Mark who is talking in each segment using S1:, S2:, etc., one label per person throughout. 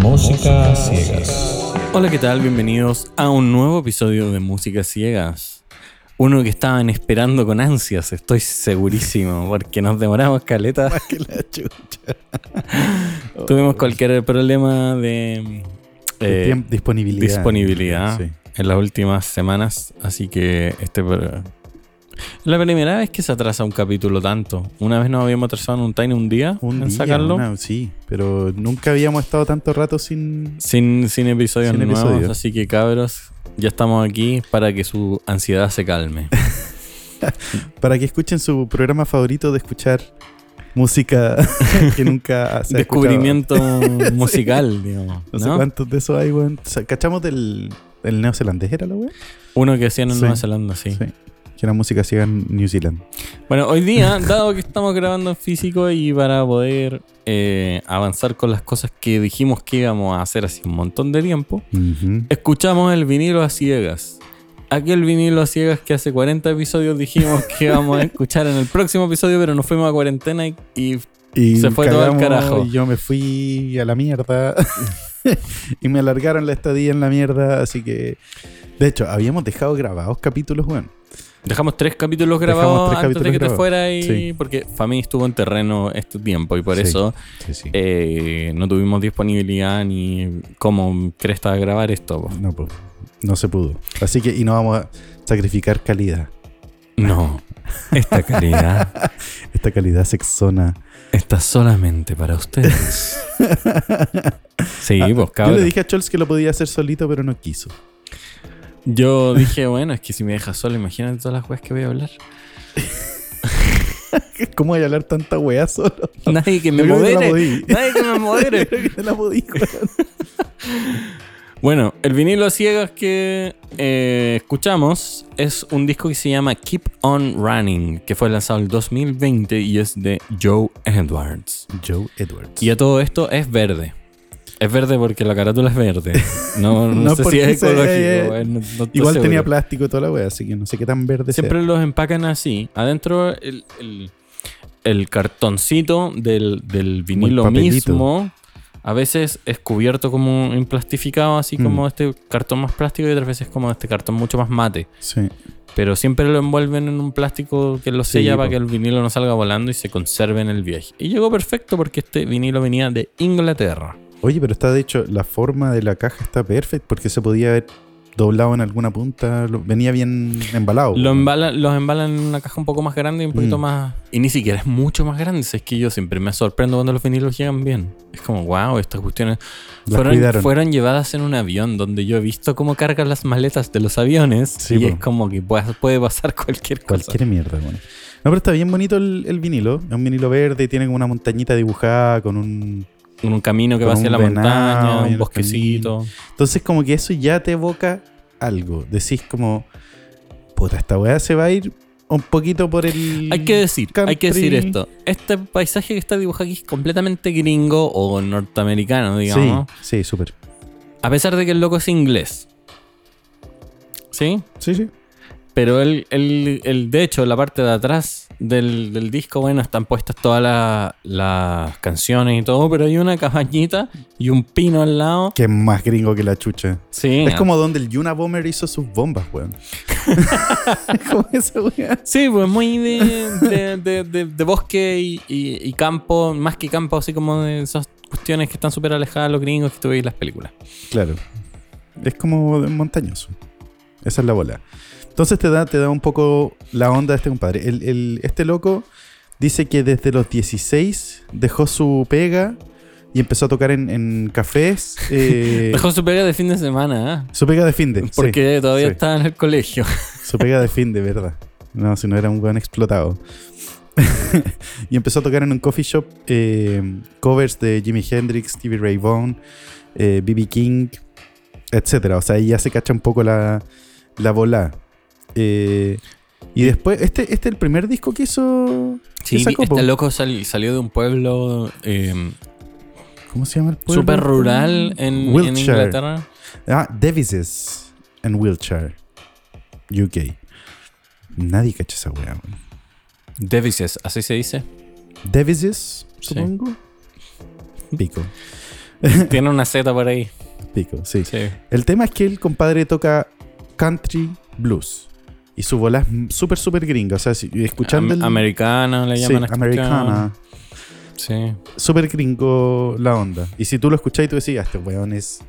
S1: Música ciegas.
S2: Hola, ¿qué tal? Bienvenidos a un nuevo episodio de Música Ciegas. Uno que estaban esperando con ansias, estoy segurísimo, porque nos demoramos caleta.
S3: que la chucha.
S2: Tuvimos cualquier problema de eh,
S3: Tiemp- disponibilidad.
S2: disponibilidad
S3: Sí.
S2: en las últimas semanas, así que este... pro- La primera vez que se atrasa un capítulo tanto. Una vez nos habíamos atrasado en un time un día
S3: Un
S2: en
S3: día,
S2: sacarlo.
S3: una- sí, pero nunca habíamos estado tanto rato sin.
S2: Sin, sin episodios
S3: Sin
S2: nuevos,
S3: episodios.
S2: así que cabros, ya estamos aquí para que su ansiedad se calme.
S3: Para que escuchen su programa favorito de escuchar música que nunca se ha
S2: Descubrimiento musical, digamos.
S3: escuchado. No sé
S2: ¿no?
S3: cuántos de esos hay, weón. O sea, ¿Cachamos del, del neozelandés era la weón?
S2: Uno que hacían en
S3: Sí.
S2: Nueva Zelanda, sí.
S3: Sí. Que era música ciega en New Zealand.
S2: Bueno, hoy día, dado que estamos grabando en físico y para poder eh, avanzar con las cosas que dijimos que íbamos a hacer hace un montón de tiempo,
S3: Ujú.
S2: escuchamos el vinilo a ciegas. Aquel vinilo a ciegas que hace 40 episodios dijimos que íbamos a escuchar en el próximo episodio, pero nos fuimos a cuarentena y, y
S3: Y
S2: Se fue todo al
S3: cagamos,
S2: carajo.
S3: y yo me fui a la mierda. y me alargaron la estadía en la mierda. Así que. De hecho, habíamos dejado grabados capítulos, weón.
S2: Dejamos tres capítulos
S3: Dejamos
S2: grabados
S3: tres
S2: antes de que te
S3: capítulos grabados.
S2: fuera y
S3: Sí.
S2: porque Fami estuvo en terreno este tiempo y por
S3: Sí.
S2: eso
S3: Sí, sí.
S2: eh, no tuvimos disponibilidad ni cómo cresta grabar esto. po.
S3: No, pues, no se pudo. Así que, y no vamos a sacrificar calidad.
S2: No, esta calidad
S3: Esta calidad sexona.
S2: está solamente para ustedes. Sí, pues
S3: Ah, Yo le
S2: cabrón.
S3: dije a Chols que lo podía hacer solito, pero no quiso.
S2: Yo dije, bueno, es que si me dejas solo, imagínate todas las weas que voy a hablar.
S3: ¿Cómo voy a hablar tanta weá solo?
S2: Nadie que me
S3: Yo creo que no la
S2: modere.
S3: podí.
S2: Nadie que me modere.
S3: Creo que no la podí, weón.
S2: Bueno, el vinilo a ciegas que eh, escuchamos es un disco que se llama Keep On Running, que fue lanzado en el 2020 y es de Joe Edwards.
S3: Joe Edwards.
S2: Y a todo esto es verde. Es verde porque la carátula es verde. No, no,
S3: No
S2: sé si es
S3: porque se-
S2: ecológico.
S3: eh,
S2: eh, no- no estoy
S3: Igual
S2: seguro.
S3: tenía plástico toda la weá, así que no sé qué tan verde sea.
S2: Siempre los empacan así. Adentro el, el- el cartoncito del, del vinilo
S3: papelito.
S2: mismo. A veces es cubierto como en plastificado, así
S3: Mm.
S2: como este cartón más plástico, y otras veces como este cartón mucho más mate.
S3: Sí.
S2: Pero siempre lo envuelven en un plástico que lo
S3: Sí,
S2: sella para
S3: po.
S2: que el vinilo no salga volando y se conserve en el viaje. Y llegó perfecto porque este vinilo venía de Inglaterra.
S3: Oye, pero está de hecho, la forma de la caja está perfecta porque se podía haber doblado en alguna punta. lo- venía bien embalado.
S2: Lo embala- los embalan en una caja un poco más grande y un poquito
S3: Mm.
S2: más. Y ni siquiera es mucho más grande. Es que yo siempre me sorprendo cuando los vinilos llegan bien. Es como, wow, estas cuestiones.
S3: Las
S2: Fueron,
S3: cuidaron.
S2: fueron llevadas en un avión donde yo he visto cómo cargan las maletas de los aviones.
S3: Sí,
S2: y
S3: po.
S2: es como que puede, puede pasar cualquier cosa.
S3: Cualquier mierda, bueno. No, pero está bien bonito el, el vinilo. Es un vinilo verde y tiene como una montañita dibujada con un...
S2: Un camino que va
S3: Con
S2: hacia
S3: un
S2: la
S3: venado
S2: montaña,
S3: y
S2: un
S3: los
S2: bosquecito.
S3: Entonces como que eso ya te evoca algo. Decís como... Puta, esta weá se va a ir un poquito por el...
S2: Hay que decir, hay que decir
S3: country".
S2: esto. Este paisaje que está dibujado aquí es completamente gringo o norteamericano, digamos.
S3: Sí, sí, súper.
S2: A pesar de que el loco es inglés. ¿Sí?
S3: Sí, sí.
S2: Pero el, el, el- de hecho, la parte de atrás del, del disco, bueno, están puestas todas la- las canciones y todo, pero hay una cabañita y un pino al lado.
S3: Que es más gringo que la chucha.
S2: Sí.
S3: Es como donde el Yuna Bomber hizo sus bombas, weón. es como esa weá.
S2: Sí, pues muy de, de- de- de- de bosque y, y- y campo, más que campo, así como de esas cuestiones que están súper alejadas de los gringos que tú veis en las películas.
S3: Claro. Es como montañoso. Esa es la bola. Entonces te da, te da un poco la onda de este compadre. El- el- este loco dice que desde los 16 dejó su pega y empezó a tocar en, en cafés. eh,
S2: Dejó su pega de fin de semana, ¿eh?
S3: su pega de fin de. sí,
S2: Porque todavía
S3: sí.
S2: estaba en el colegio.
S3: Su pega de fin de, verdad. No, si no era un buen explotado. y empezó a tocar en un coffee shop eh, covers de Jimi Hendrix, Stevie Ray Vaughan, eh, B.B. King, etcétera. O sea, ahí ya se cacha un poco la, la bola. Eh, y después, este, este es el primer disco que hizo. que
S2: Sí,
S3: sacó, po.
S2: este loco sal- salió de un pueblo eh,
S3: ¿Cómo se llama el pueblo?
S2: súper rural en, en
S3: Wiltshire.
S2: Inglaterra.
S3: Ah, Davises en Wiltshire, UK. Nadie cacha esa weá, weón.
S2: Devices, así se dice.
S3: Davises,
S2: Sí.
S3: supongo. Pico,
S2: Tiene una Z por ahí.
S3: pico, sí.
S2: Sí.
S3: El tema es que el compadre toca country blues. Y su bola es m- súper, súper gringa. O sea, si, escuchando
S2: Am-
S3: el.
S2: Americana le
S3: sí,
S2: llaman a esta cuestión.
S3: americana.
S2: Sí.
S3: Súper gringo la onda. Y si tú lo escuchás y tú decías, este weón es.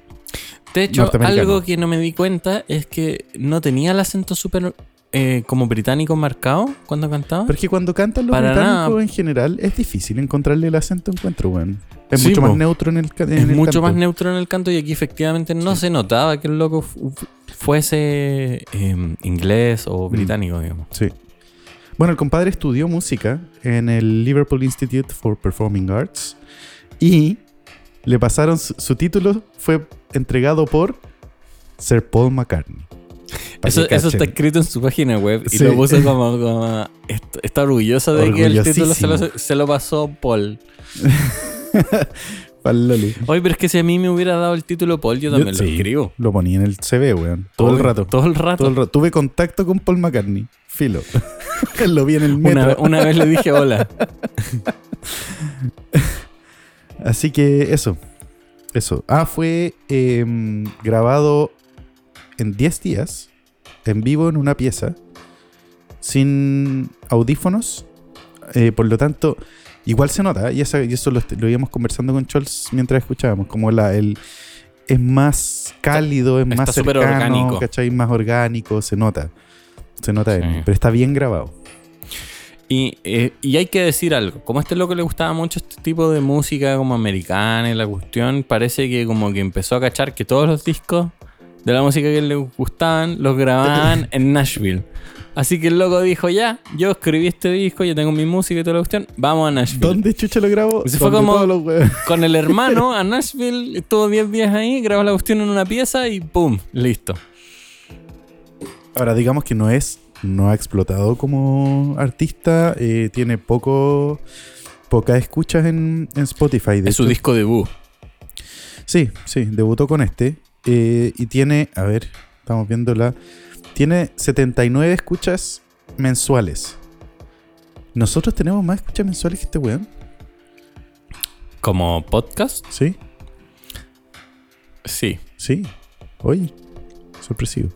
S2: De hecho,
S3: Norteamericano.
S2: algo que no me di cuenta es que no tenía el acento súper eh, como británico marcado cuando cantaba.
S3: Porque cuando cantan los
S2: Para
S3: británicos
S2: nada.
S3: en general, es difícil encontrarle el acento encuentro, weón. Es
S2: Sí,
S3: mucho
S2: po.
S3: más neutro en el ca- en
S2: es
S3: el
S2: mucho
S3: canto.
S2: más neutro en el canto y aquí efectivamente no se notaba que el loco fu- fu- fuese eh, inglés o
S3: Mm.
S2: británico, digamos.
S3: Sí. Bueno, el compadre estudió música en el Liverpool Institute for Performing Arts y le pasaron su, su título, fue entregado por Sir Paul McCartney. Pa'
S2: Eso,
S3: que
S2: eso está
S3: cachen.
S2: escrito en su página web y
S3: Sí.
S2: lo puso como, como, est- está orgulloso de que el título se lo,
S3: Orgullosísimo.
S2: se lo pasó Paul.
S3: Pa'l loli.
S2: Oye, pero es que si a mí me hubiera dado el título Paul, yo también lo
S3: sí,
S2: escribo.
S3: Lo ponía en el CV, weón. Todo el
S2: Obvio,
S3: rato.
S2: Todo el rato.
S3: Todo el rato. Tuve contacto con Paul McCartney. Filo. lo vi en el metro.
S2: Una, una vez le dije hola.
S3: Así que eso. Eso. Ah, fue em, grabado en 10 días, en vivo en una pieza, sin audífonos. Eh, por lo tanto, igual se nota, y, esa- y eso lo, est- lo íbamos conversando con Scholz mientras escuchábamos, como la, el, es más cálido, es
S2: Está
S3: más
S2: súper
S3: cercano,
S2: orgánico.
S3: ¿cachai? Más orgánico, se nota. Se nota,
S2: Sí.
S3: bien, pero está bien grabado.
S2: Y, eh, y hay que decir algo. Como a este loco le gustaba mucho este tipo de música como americana y la cuestión, parece que como que empezó a cachar que todos los discos de la música que le gustaban los grababan en Nashville. Así que el loco dijo, ya, yo escribí este disco, yo tengo mi música y toda la cuestión, vamos a Nashville.
S3: ¿Dónde chucha lo grabó?
S2: Ese fue
S3: Donde
S2: como-
S3: todos los hue-
S2: Con el hermano a Nashville, estuvo 10 días ahí, grabó la cuestión en una pieza y ¡pum! Listo.
S3: Ahora, digamos que no es, no ha explotado como artista, eh, tiene poco, pocas escuchas en, en Spotify. De
S2: es su
S3: hecho.
S2: disco debut.
S3: Sí, sí, debutó con este. eh, y tiene, a ver, estamos viendo la. Tiene 79 escuchas mensuales. Nosotros tenemos más escuchas mensuales que este weón,
S2: Como podcast,
S3: ¿sí?
S2: sí.
S3: Sí. Oye, sorpresivo.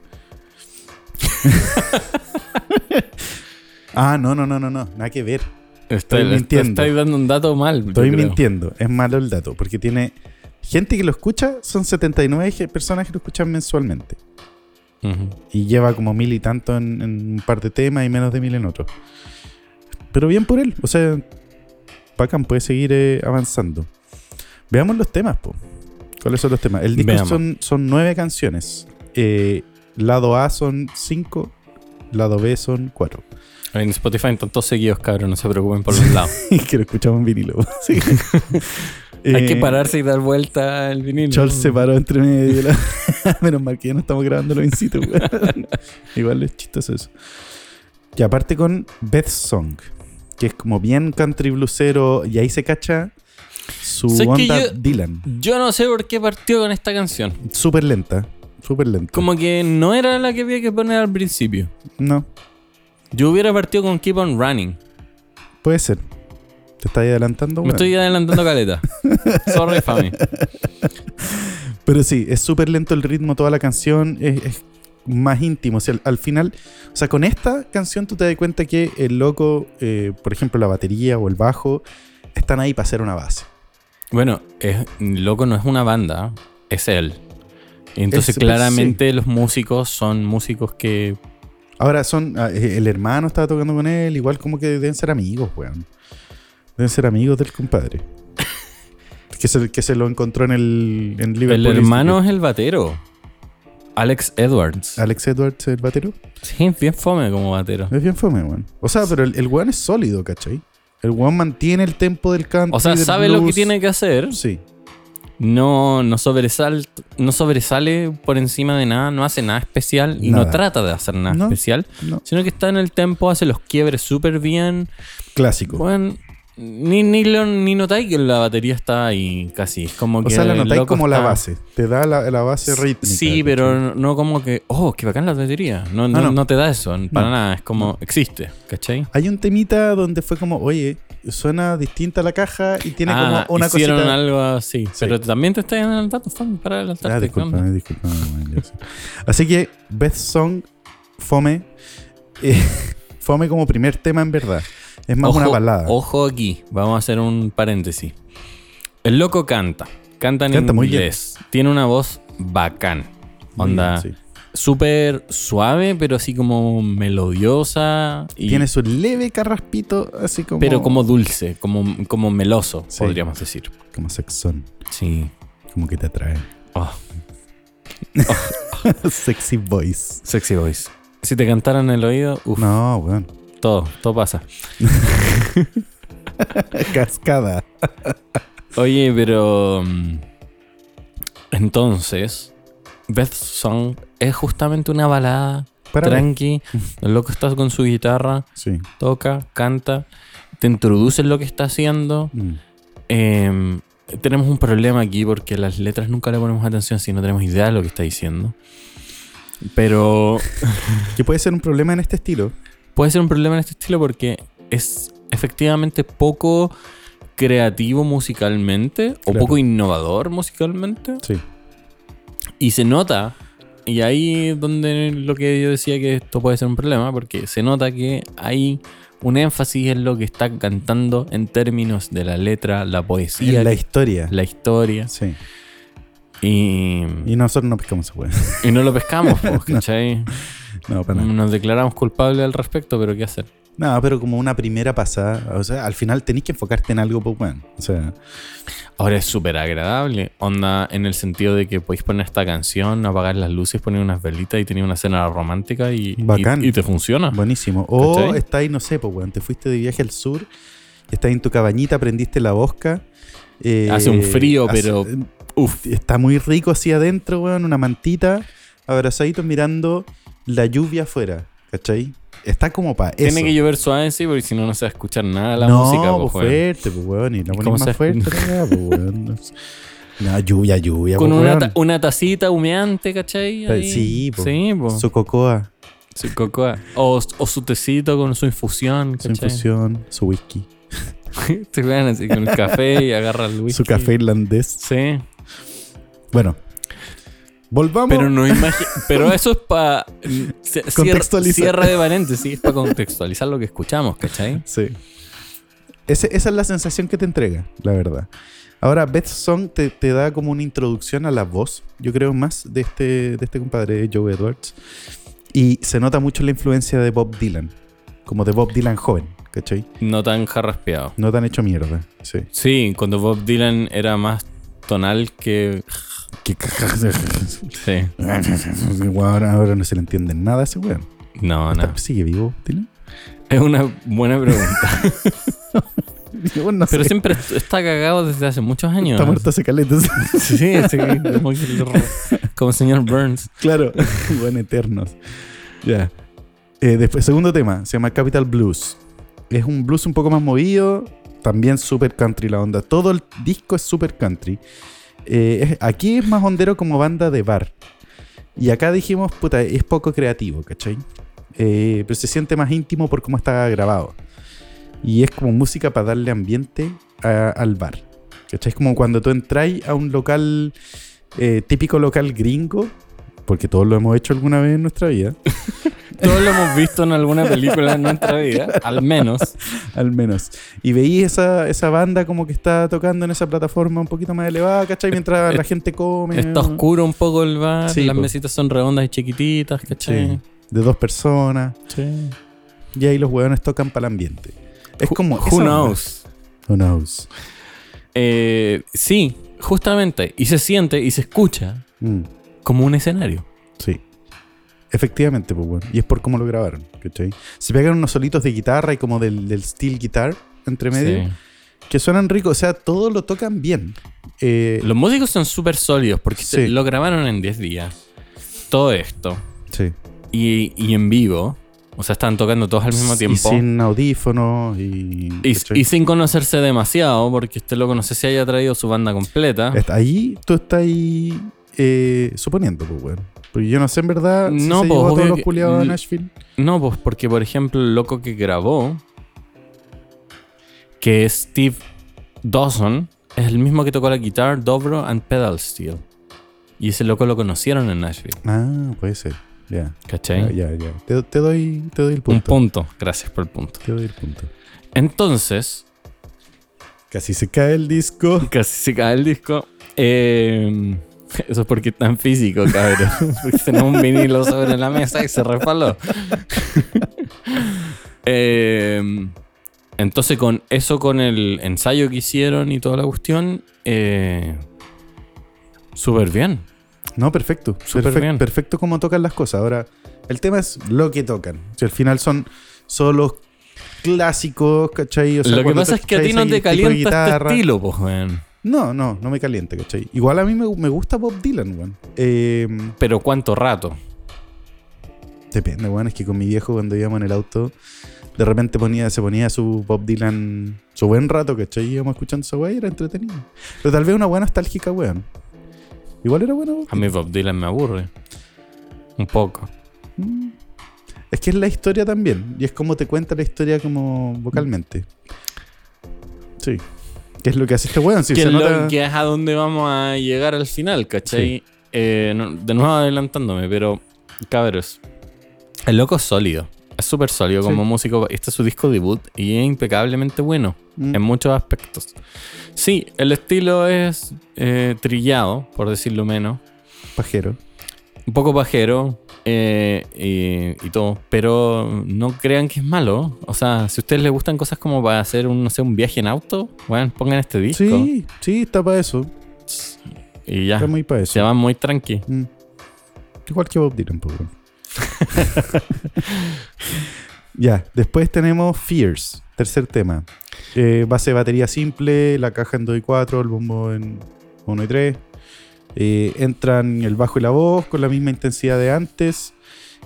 S3: ah, no, no, no, no, no, nada que ver.
S2: Estoy,
S3: mintiendo.
S2: Estoy dando un dato mal. yo
S3: Estoy
S2: creo.
S3: mintiendo, es malo el dato, porque tiene gente que lo escucha, son 79 ge- personas que lo escuchan mensualmente.
S2: Ujú.
S3: Y lleva como mil y tanto en, en un par de temas y menos de mil en otros. Pero bien por él, o sea, Pacan puede seguir eh, avanzando. Veamos los temas, po. ¿Cuáles son los temas? El disco
S2: Veamos.
S3: son, son nueve canciones. Eh, lado A son cinco, lado B son cuatro.
S2: En Spotify están todos seguidos, cabrón, no se preocupen por los lados.
S3: que lo escuchamos en vinilo. así que-
S2: Hay que
S3: Eh,
S2: pararse y dar vuelta al vinilo.
S3: Charles se paró entre medio. de la- Menos mal que ya no estamos grabándolo in situ. weón. Igual es chistoso eso. Y aparte con Beth Song, que es como bien country bluesero. Y ahí se cacha su
S2: Sé que
S3: onda
S2: yo-
S3: Dylan.
S2: Yo no sé por qué partió con esta canción.
S3: Súper lenta. Súper lenta.
S2: Como que no era la que había que poner al principio.
S3: No,
S2: Yo hubiera partido con Keep on Running.
S3: puede ser. Te estás adelantando.
S2: Me
S3: weón.
S2: estoy adelantando caleta. Sorry, Fami.
S3: Pero sí, es súper lento el ritmo, toda la canción es, es más íntimo. O sea, al, al final, o sea, con esta canción tú te das cuenta que el loco, eh, por ejemplo, la batería o el bajo, están ahí para hacer una base.
S2: Bueno, es, Loco no es una banda, es él. Y Entonces,
S3: Es-
S2: claramente los músicos son músicos que.
S3: Ahora son, ah, eh, el hermano estaba tocando con él, igual como que deben ser amigos, weón. Deben ser amigos del compadre. que, se, que se lo encontró en el en Liverpool.
S2: El hermano
S3: Institute.
S2: es el batero. Alex Edwards.
S3: Alex Edwards, el batero.
S2: Sí, bien fome como batero.
S3: Es bien fome, weón. O sea, pero el, el weón es sólido, ¿cachai? El weón mantiene el tempo del canto.
S2: O sea, sabe lo que tiene que hacer.
S3: Sí,
S2: no, no, sobresal- no sobresale por encima de nada, no hace nada especial y no
S3: Nada.
S2: trata de hacer nada
S3: No.
S2: especial,
S3: no.
S2: sino que está en el tempo, hace los quiebres súper bien.
S3: Clásico.
S2: Bueno, Ni, ni, lo- ni notáis que la batería está ahí casi. Es como que
S3: O sea, la
S2: el
S3: notáis
S2: loco
S3: como la
S2: está-
S3: base. Te da la, la base rítmica.
S2: Sí, pero no como que, oh, qué bacán la batería. No, no,
S3: no.
S2: no te da eso, para
S3: No.
S2: nada. Es como, existe, ¿cachai?
S3: Hay un temita donde fue como, oye, suena distinta la caja y tiene
S2: Ah,
S3: como una
S2: hicieron
S3: cosita.
S2: algo así. Pero también te estás adelantando, Fami, para adelantarte.
S3: Ah,
S2: ¿qué
S3: disculpa,
S2: onda?
S3: disculpa. man, yo sé. Así que Best Song Fome eh, Fome como primer tema en verdad. Es más una balada.
S2: Ojo aquí, vamos a hacer un paréntesis. El loco canta, canta en
S3: Canta muy bien.
S2: inglés. Tiene una voz bacán.
S3: Muy
S2: Onda,
S3: bien, sí.
S2: súper suave, pero así como melodiosa. Y,
S3: Tiene su leve carraspito así como
S2: pero como dulce, como, como meloso,
S3: Sí.
S2: podríamos decir.
S3: como sexón,
S2: Sí.
S3: como que te atrae.
S2: Oh,
S3: Sexy voice.
S2: sexy voice. Si te cantaran en el oído, uff,
S3: No, weón.
S2: todo, todo pasa.
S3: Cascada.
S2: Oye, pero. mm, Entonces, Best Song es justamente una balada
S3: Para mí.
S2: tranqui. El loco está con su guitarra,
S3: Sí.
S2: toca, canta, te introduce en lo que está haciendo.
S3: Mm.
S2: Em, tenemos un problema aquí porque las letras nunca le ponemos atención si no tenemos idea de lo que está diciendo. Pero
S3: Que puede ser un problema en este estilo.
S2: puede ser un problema en este estilo porque es efectivamente poco creativo musicalmente o
S3: Claro.
S2: poco innovador musicalmente.
S3: Sí.
S2: Y se nota, y ahí es donde lo que yo decía que esto puede ser un problema, porque se nota que hay un énfasis en lo que está cantando en términos de la letra, la poesía,
S3: en la
S2: la,
S3: historia.
S2: historia.
S3: Sí.
S2: Y,
S3: Y nosotros no pescamos ese weón.
S2: y no lo pescamos, po, ¿cachai?
S3: No, para nada.
S2: Nos declaramos culpables al respecto, pero ¿qué hacer?
S3: No, pero como una primera pasada. O sea, al final tenés que enfocarte en algo, pues, weón. O sea,
S2: Ahora es súper agradable. Onda en el sentido de que podéis poner esta canción, apagar las luces, poner unas velitas y tener una cena romántica y, y-
S3: Bacán.
S2: y te funciona.
S3: buenísimo. O
S2: Ah. ¿Cachai?
S3: está ahí, no sé, pues, weón. Te fuiste de viaje al sur. Estás en tu cabañita, prendiste la bosca. eh,
S2: Hace un frío, pero- Uf.
S3: Está muy rico así adentro, weón. Una mantita, abrazaditos mirando la lluvia afuera. ¿Cachai? Está como para eso.
S2: Tiene que llover suave, sí, porque si no, no se va a escuchar nada la
S3: no,
S2: música. po,
S3: pues,
S2: joven.
S3: fuerte, pues, weón. Y la
S2: cómo
S3: pones
S2: se-
S3: más fuerte, la weá, pues, weón. No sé. No, lluvia, lluvia,
S2: Con
S3: pues,
S2: una,
S3: weón.
S2: ta- una tacita humeante, ¿cachai?
S3: Ta-
S2: Ahí.
S3: sí, po.
S2: Sí, po.
S3: Su cocoa,
S2: Su cocoa. O, o su tecito con su infusión, ¿cachai?
S3: su infusión, su whisky,
S2: Te vean así con el café y agarra el whisky.
S3: su café irlandés.
S2: Sí.
S3: Bueno, volvamos.
S2: Pero no imagi- Pero eso es para.
S3: Contextualizar.
S2: Cierre de paréntesis, es para contextualizar lo que escuchamos, ¿cachai?
S3: Sí. Ese- esa es la sensación que te entrega, la verdad. Ahora, Beth Song te, te da como una introducción a la voz, yo creo, más de este, de este compadre Joe Edwards. Y se nota mucho la influencia de Bob Dylan, como de Bob Dylan joven, ¿cachai?
S2: No tan jarraspeado.
S3: No tan hecho mierda, sí.
S2: Sí, cuando Bob Dylan era más tonal que.
S3: Que
S2: Sí.
S3: ahora, ahora no se le entiende nada a ese weón.
S2: No, no.
S3: ¿Está- ¿Sigue vivo, Dylan?
S2: Es una buena pregunta.
S3: Yo no
S2: Pero
S3: sé.
S2: siempre est- está cagado desde hace muchos años.
S3: Está muerto hace caleta.
S2: Sí, así que como, que lo ro- como señor Burns.
S3: claro. Buen eternos. Ya. Eh, después, segundo tema, se llama Capital Blues. Es un blues un poco más movido, también super country la onda. Todo el disco es super country. Eh, es- aquí es más hondero como banda de bar. Y acá dijimos, puta, es poco creativo, ¿cachai? Eh, pero se siente más íntimo por cómo está grabado. Y es como música para darle ambiente a- al bar. ¿Cachai? Es como cuando tú entráis a un local, eh, típico local gringo, porque todos lo hemos hecho alguna vez en nuestra vida.
S2: Todos lo hemos visto en alguna película en nuestra vida, al menos.
S3: Al menos. Y veí esa, esa banda como que está tocando en esa plataforma un poquito más elevada, ¿cachai? Mientras la gente come.
S2: Está
S3: ¿no?
S2: oscuro un poco el bar,
S3: Sí,
S2: las
S3: po.
S2: mesitas son redondas y chiquititas,
S3: Sí.
S2: ¿cachai?
S3: De dos personas.
S2: Sí.
S3: Y ahí los hueones tocan para el ambiente. Es como. pues. esa
S2: Who
S3: onda.
S2: knows?
S3: Who knows.
S2: Eh, sí, justamente. Y se siente y se escucha
S3: Mm,
S2: como un escenario.
S3: sí. Efectivamente, pues bueno. Y es por cómo lo grabaron, ¿cachai? Se pegan unos solitos de guitarra y como del, del steel guitar entre medio.
S2: Sí.
S3: Que suenan ricos. O sea, todo lo tocan bien. Eh,
S2: Los músicos son súper sólidos porque
S3: Sí.
S2: se- lo grabaron en 10 días. Todo esto.
S3: sí.
S2: Y, y en vivo. O sea, están tocando todos al mismo
S3: Y
S2: tiempo.
S3: sin audífonos y.
S2: Y,
S3: ¿cachai?
S2: y sin conocerse demasiado, porque este loco no sé si haya traído su banda completa.
S3: Está- Ahí tú estás ahí, eh, suponiendo, pues, weón. Porque yo no sé en verdad si
S2: No,
S3: se
S2: pues,
S3: llevó a
S2: obvio
S3: todos los
S2: que-
S3: culiados a
S2: l-
S3: Nashville.
S2: No, pues porque, por ejemplo, el loco que grabó, que es Steve Dawson, es el mismo que tocó la guitarra Dobro and Pedal Steel. Y ese loco lo conocieron en Nashville,
S3: Ah, puede ser. Ya.
S2: ¿cachai?
S3: Ah, Ya, ya, ya. Te, te doy, te doy el
S2: Un
S3: punto.
S2: punto, gracias por el punto.
S3: Te doy el punto.
S2: Entonces,
S3: Casi se cae el disco.
S2: casi se cae el disco. Eh, eso es porque es tan físico, cabrón. porque tenemos un vinilo sobre la mesa y se resbaló. Eh, entonces, con eso, con el ensayo que hicieron y toda la cuestión, eh, súper bien.
S3: No, perfecto.
S2: Súper
S3: Perfec-
S2: bien.
S3: Perfecto como tocan las cosas. Ahora, el tema es lo que tocan. Si al final son solos clásicos, ¿cachai? O sea,
S2: Lo que
S3: cuando
S2: pasa es que a ti
S3: escucháis
S2: no
S3: ahí
S2: te
S3: el tipo de
S2: calienta este
S3: guitarra-
S2: estilo, pues, weón.
S3: No, no, no me calienta, ¿cachai? Igual a mí me, me gusta Bob Dylan, weón. Eh,
S2: Pero cuánto rato.
S3: Depende, weón. Es que con mi viejo cuando íbamos en el auto, de repente ponía, se ponía su Bob Dylan, su buen rato, ¿cachai? Íbamos escuchando esa weá y era entretenido. Pero tal vez una buena nostálgica, weón. Igual era bueno.
S2: A mí Bob Dylan me aburre. Un poco.
S3: Mm. Es que es la historia también. Y es como te cuenta la historia como vocalmente. Sí. ¿Qué es lo que hace este weón? Si
S2: que,
S3: se
S2: es
S3: nota...
S2: lo, que es a dónde vamos a llegar al final, ¿cachai? Eh, no- de nuevo adelantándome, pero cabros, el loco es sólido, es súper sólido
S3: Sí.
S2: como músico. Este es su disco debut y es impecablemente bueno
S3: Mm.
S2: en muchos aspectos. Sí, el estilo es eh, trillado, por decirlo menos,
S3: Pajero.
S2: un poco pajero eh, y, y todo, pero no crean que es malo. O sea, si a ustedes les gustan cosas como para hacer un, no sé, un viaje en auto, bueno, pongan este disco
S3: Sí, sí, está para eso.
S2: y ya.
S3: Está muy para eso.
S2: Se van muy tranqui.
S3: Mm. Igual que Bob Dylan, pues, weón. ya, después tenemos Fears, tercer tema. Eh, base de batería simple, la caja en 2 y 4, el bombo en 1 y 3. Eh, entran el bajo y la voz con la misma intensidad de antes.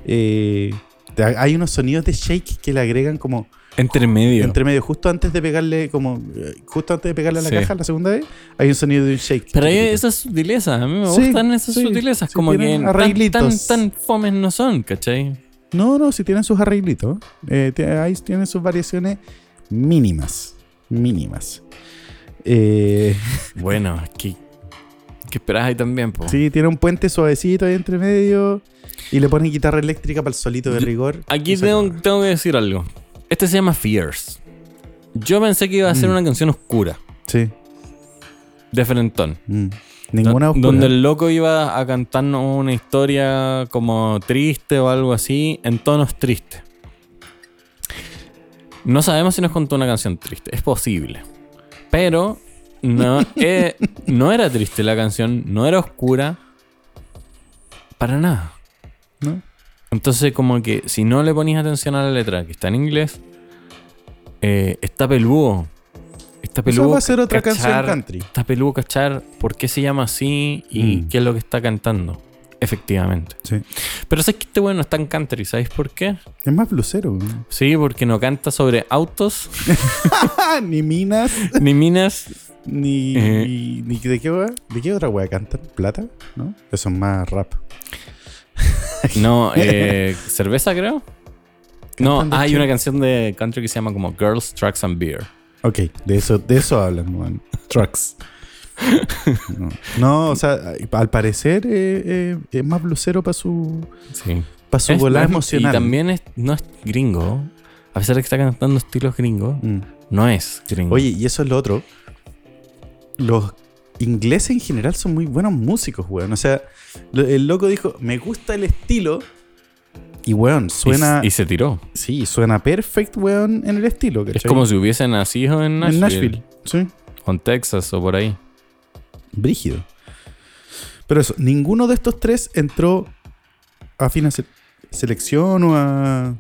S3: Eh, te- hay unos sonidos de shake que le agregan como
S2: Entre medio.
S3: entre medio, justo antes de pegarle, como eh, justo antes de pegarle a la
S2: Sí.
S3: caja la segunda vez, hay un sonido de un shake.
S2: Pero hay
S3: chiquitito.
S2: esas sutilezas, a mí me
S3: Sí,
S2: gustan esas
S3: sí,
S2: sutilezas,
S3: sí,
S2: como que
S3: tienen
S2: tan, tan,
S3: arreglitos.
S2: tan fomes no son, ¿cachai?
S3: No, no, si tienen sus arreglitos. Eh, ti- ahí tienen sus variaciones mínimas. Mínimas. Eh,
S2: Bueno, ¿qué, qué esperas ahí también, po?
S3: sí, tiene un puente suavecito ahí entre medio. Y le ponen guitarra eléctrica para el solito de
S2: Yo-
S3: rigor.
S2: Aquí
S3: Y se
S2: tengo,
S3: acaba.
S2: tengo que decir algo. Este se llama Fears. Yo pensé que iba a ser
S3: Mm.
S2: una canción oscura,
S3: Sí.
S2: de frentón.
S3: mm. Ninguna
S2: Do-
S3: oscura.
S2: Donde el loco iba a cantarnos una historia como triste o algo así, en tonos tristes. No sabemos si nos contó una canción triste, es posible. Pero no, eh, no era triste la canción, no era oscura. Para nada.
S3: ¿no?
S2: Entonces, como que si no le ponías atención a la letra, que está en inglés, eh, está peludo. Está
S3: Eso
S2: peludo.
S3: va a ser otra
S2: cachar-
S3: canción country.
S2: está peludo cachar por qué se llama así y
S3: Mm.
S2: qué es lo que está cantando. Efectivamente.
S3: Sí.
S2: Pero sabes que este bueno está en country, ¿sabéis por qué?
S3: Es más blusero. ¿no?
S2: Sí, porque no canta sobre autos,
S3: Ah, ni minas,
S2: ni minas.
S3: ni,
S2: Eh.
S3: ni- ni de qué va. ¿De qué otra wea cantan? ¿Plata? ¿No? Eso es más rap.
S2: No, eh, cerveza creo. No,
S3: Cantan de
S2: hay
S3: chill.
S2: una canción de country que se llama como Girls, Trucks and Beer.
S3: Ok, de eso, de eso hablan, weón. Trucks. No. No, o sea, al parecer eh, eh, es más blusero para su,
S2: Sí.
S3: pa' su
S2: Es-
S3: volada
S2: no es-
S3: emocional.
S2: Y también es- no es gringo. A pesar de que está cantando estilos gringos,
S3: Mm.
S2: no es gringo.
S3: Oye, y eso es lo otro. Los ingleses en general son muy buenos músicos, weón. O sea, lo- el loco dijo, me gusta el estilo. Y weón,
S2: Y-
S3: suena.
S2: Y, se tiró.
S3: sí, suena perfect, weón, en el estilo.
S2: Es
S3: ¿cachai?
S2: como si hubiese nacido en Nashville.
S3: en Nashville. Sí.
S2: O en Texas o por ahí.
S3: Brígido. Pero eso, ninguno de estos tres entró a fina se- selección o a.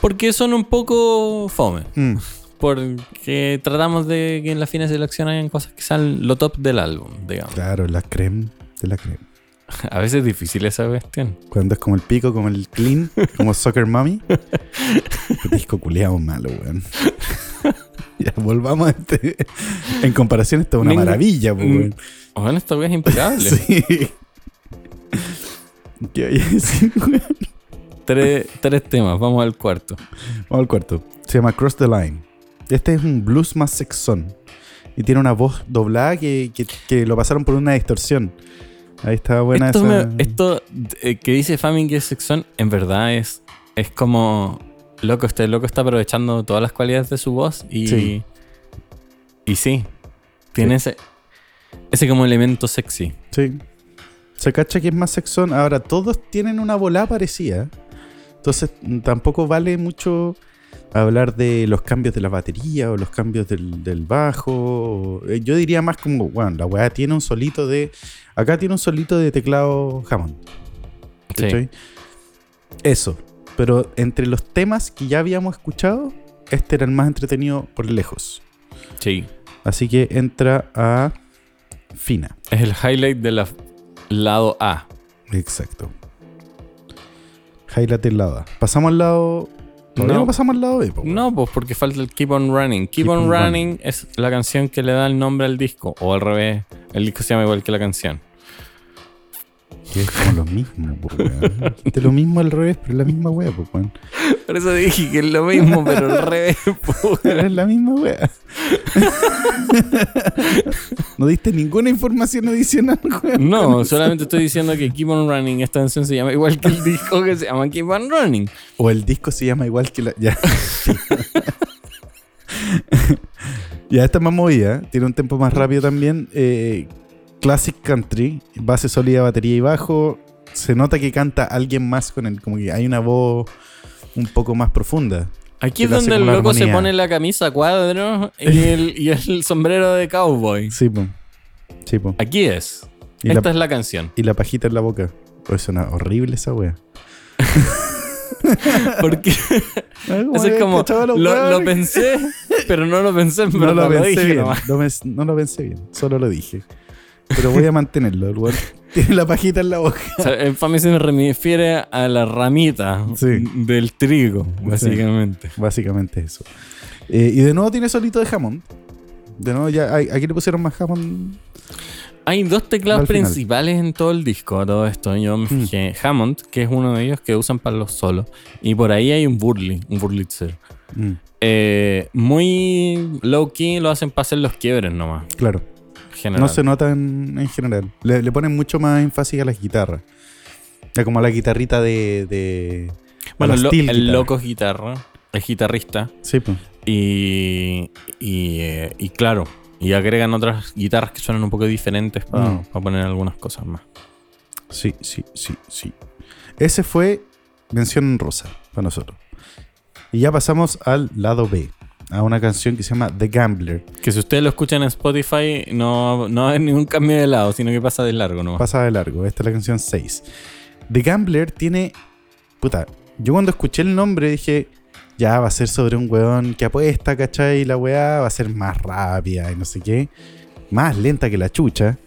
S2: Porque son un poco fome.
S3: Mm,
S2: Porque tratamos de que en las fines de la acción hayan cosas que sean lo top del álbum, digamos.
S3: claro, la creme de la creme.
S2: A veces es difícil esa cuestión.
S3: Cuando es como el pico, como el clean, como Soccer Mommy. Qué disco culeado malo, weón. ya, volvamos a este. En comparación, esto es una
S2: Ningún-
S3: maravilla, po, weón.
S2: Ojalá esta wea es impecable.
S3: Sí. ¿Qué voy a decir, weón?
S2: tres, tres temas, vamos al cuarto.
S3: Vamos al cuarto. Se llama Cross the Line. Este es un blues más sexón. Y tiene una voz doblada que, que- que lo pasaron por una distorsión. Ahí está buena
S2: esto
S3: esa.
S2: me- esto, eh, que dice Famine que es sexón, en verdad es, es como loco, este loco está aprovechando todas las cualidades de su voz y
S3: Sí.
S2: y sí, tiene ese ese como elemento sexy.
S3: Sí. Se cacha que es más sexón. Ahora, todos tienen una volada parecida. Entonces, mm, tampoco vale mucho hablar de los cambios de la batería o los cambios del, del bajo. o- eh, Yo diría más como, bueno, la weá tiene un solito de. Acá tiene un solito de teclado Hammond.
S2: Sí.
S3: ¿cachai? Eso. Pero entre los temas que ya habíamos escuchado, este era el más entretenido por lejos.
S2: Sí.
S3: Así que entra a Fina.
S2: Es el highlight del lado A.
S3: Exacto. Highlight del lado A. Pasamos al lado. Todavía no,
S2: No.
S3: pasamos al lado B. po, weón.
S2: No, pues porque falta el Keep on Running. Keep,
S3: Keep
S2: on,
S3: on
S2: running, es la canción que le da el nombre al disco, o al revés, el disco se llama igual que la canción.
S3: Que es como lo mismo, po, weón. De lo mismo al revés, pero es la misma wea, po, weón.
S2: Por eso dije que es lo mismo, pero al revés. pues.
S3: Es la misma wea. no diste ninguna información adicional, weón.
S2: No, solamente estoy diciendo que Keep on Running, esta canción se llama igual que el disco que se llama Keep on Running.
S3: O el disco se llama igual que la. Ya. ya esta es más movida, ¿eh? tiene un tempo más rápido también. eh, classic country, base sólida, batería y bajo. Se nota que canta alguien más con él, como que hay una voz un poco más profunda.
S2: Aquí
S3: Y
S2: es
S3: lo hace
S2: donde
S3: con
S2: el
S3: la
S2: loco se
S3: armonía.
S2: pone la camisa a cuadro y el, y el sombrero de cowboy.
S3: Sí, po. Sí, po.
S2: Aquí es.
S3: Y,
S2: Esta
S3: la,
S2: es la canción.
S3: y la pajita en la boca. Oye, suena horrible esa wea.
S2: Porque eso es como. Lo, lo pensé, pero no lo pensé, pero
S3: no lo pensé
S2: dije
S3: bien.
S2: nomás.
S3: No, me- no lo pensé bien, solo lo dije. Pero voy a mantenerlo, el weón. Tiene la pajita en la boca.
S2: O sea, el Fami se refiere a la ramita
S3: Sí.
S2: del trigo, básicamente.
S3: Básicamente eso. Eh, y de nuevo tiene solito de jamón. De nuevo, ya ay, aquí le pusieron más jamón.
S2: Hay dos teclados
S3: Al final.
S2: principales en todo el disco, todo esto. Yo me
S3: Mm.
S2: fijé. Hammond, que es uno de ellos que usan para los solos. Y por ahí hay un Burley, un Burlitzer.
S3: Mm,
S2: Eh, muy low key lo hacen para hacer los quiebres nomás.
S3: claro,
S2: en General.
S3: no se nota en, en general. Le, le ponen mucho más énfasis a las guitarras. Ya como a la guitarrita de. de a
S2: bueno,
S3: la
S2: lo-
S3: steel
S2: el
S3: guitar.
S2: loco es guitarra, es guitarrista.
S3: Sí, pues.
S2: Y, y, eh, y claro, y agregan otras guitarras que suenan un poco diferentes para
S3: Mm.
S2: poner algunas cosas más.
S3: Sí, sí, sí, sí. Ese fue mención en rosa para nosotros. Y ya pasamos al lado B, a una canción que se llama The Gambler.
S2: Que si ustedes lo escuchan en Spotify, no, no hay ningún cambio de lado, sino que pasa de largo nomás.
S3: Pasa de largo, esta es la canción 6. The Gambler tiene. Puta, yo cuando escuché el nombre dije. Ya va a ser sobre un weón que apuesta, ¿cachai? Y la weá va a ser más rápida y no sé qué. Más lenta que la chucha.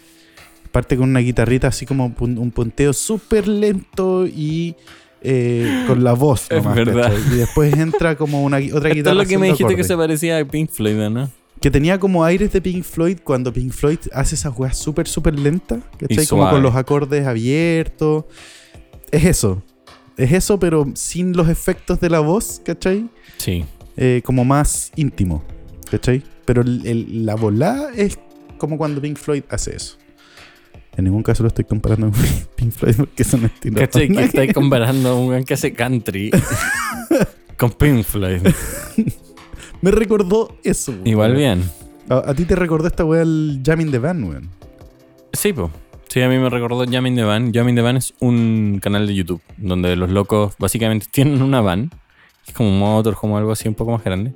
S3: Parte con una guitarrita así como pun- un punteo súper lento y eh, con la voz.
S2: Es
S3: nomás,
S2: verdad.
S3: ¿cachai? Y después entra como una, gui- otra
S2: Esto
S3: guitarra.
S2: es lo que me
S3: haciendo
S2: dijiste que
S3: acordes
S2: se parecía a Pink Floyd, ¿no?
S3: que tenía como aires de Pink Floyd cuando Pink Floyd hace esas weas súper, súper lentas, ¿cachai? Como
S2: suave.
S3: con los acordes abiertos. Es eso. Es eso, pero sin los efectos de la voz, ¿cachai?
S2: Sí.
S3: Eh, como más íntimo, ¿cachai? Pero el- el- la volada es como cuando Pink Floyd hace eso. En ningún caso lo estoy comparando con Pink Floyd porque eso no entiendo.
S2: ¿Cachai? Que estáis comparando a un weón que hace country con Pink Floyd.
S3: Me recordó eso. weón.
S2: Igual bien.
S3: A, a ti te recordó esta wea el Jamming the Van, weón.
S2: Sí, po. Sí, a mí me recordó Jamming the Van. Jamming the Van es un canal de YouTube donde los locos básicamente tienen una van. Es como un motor, como algo así un poco más grande.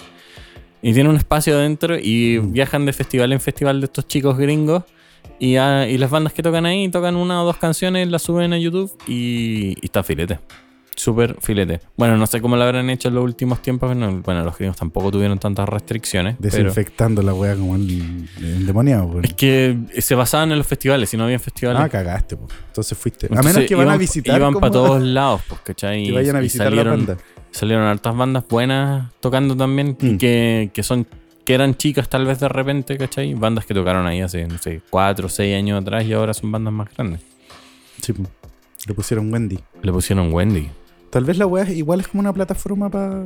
S2: Y tienen un espacio adentro y viajan de festival en festival de estos chicos gringos. Y, a- y las bandas que tocan ahí tocan una o dos canciones, las suben a YouTube y, y está filete. súper filete. Bueno, no sé cómo lo habrán hecho en los últimos tiempos. Bueno, bueno, los gringos tampoco tuvieron tantas restricciones. pero
S3: Desinfectando la weá como el, el endemoniado, po.
S2: es que se basaban en los festivales. Si no había festivales,
S3: Ah, cagaste, po. Entonces fuiste.
S2: Entonces,
S3: a menos que van a
S2: iban-
S3: visitar.
S2: Iban
S3: como-
S2: para todos lados, pues, ¿cachai?
S3: Que vayan a
S2: Y- y
S3: visitar la
S2: salieron,
S3: banda.
S2: Salieron hartas bandas buenas tocando también,
S3: Mm.
S2: que, que son que eran chicas tal vez de repente, ¿cachai? Bandas que tocaron ahí hace, no sé, cuatro o seis años atrás y ahora son bandas más grandes.
S3: Sí, po. Le pusieron Wendy.
S2: Le pusieron Wendy.
S3: Tal vez la weá es- igual es como una plataforma para.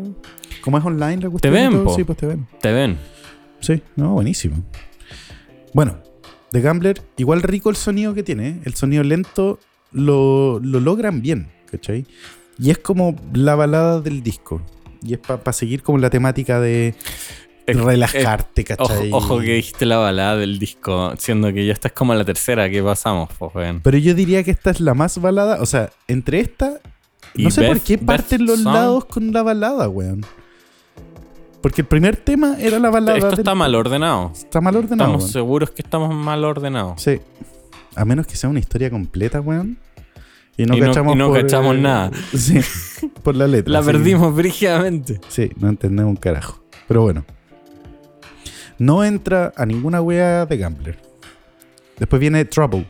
S3: Como es online la cuestión.
S2: ven,
S3: y todo,
S2: po.
S3: Sí, pues te ven.
S2: Te ven.
S3: Sí, no, buenísimo. Bueno, The Gambler, igual rico el sonido que tiene. ¿eh? El sonido lento lo, lo logran bien, ¿cachai? Y es como la balada del disco. Y es para seguir como la temática de
S2: Eh,
S3: relajarte,
S2: Ojo,
S3: ¿cachai?
S2: ojo que dijiste la balada del disco, siendo que ya esta es como la tercera que pasamos, pues, weón.
S3: Pero yo diría que esta es la más balada. O sea, entre esta.
S2: Y
S3: No sé por
S2: Beth-
S3: qué
S2: Beth
S3: parten los
S2: Song.
S3: lados con la balada, weón. Porque el primer tema era la balada.
S2: Esto
S3: del-
S2: está mal ordenado.
S3: Está mal ordenado.
S2: Estamos
S3: weón.
S2: seguros que estamos mal ordenados.
S3: Sí. A menos que sea una historia completa, weón. Y no
S2: Y no-
S3: cachamos,
S2: y no
S3: por,
S2: cachamos
S3: eh,
S2: nada.
S3: Sí, por la letra.
S2: La
S3: sí.
S2: perdimos brígidamente.
S3: Sí, no entendemos un carajo. Pero bueno. No entra a ninguna wea de Gambler. Después viene Trouble.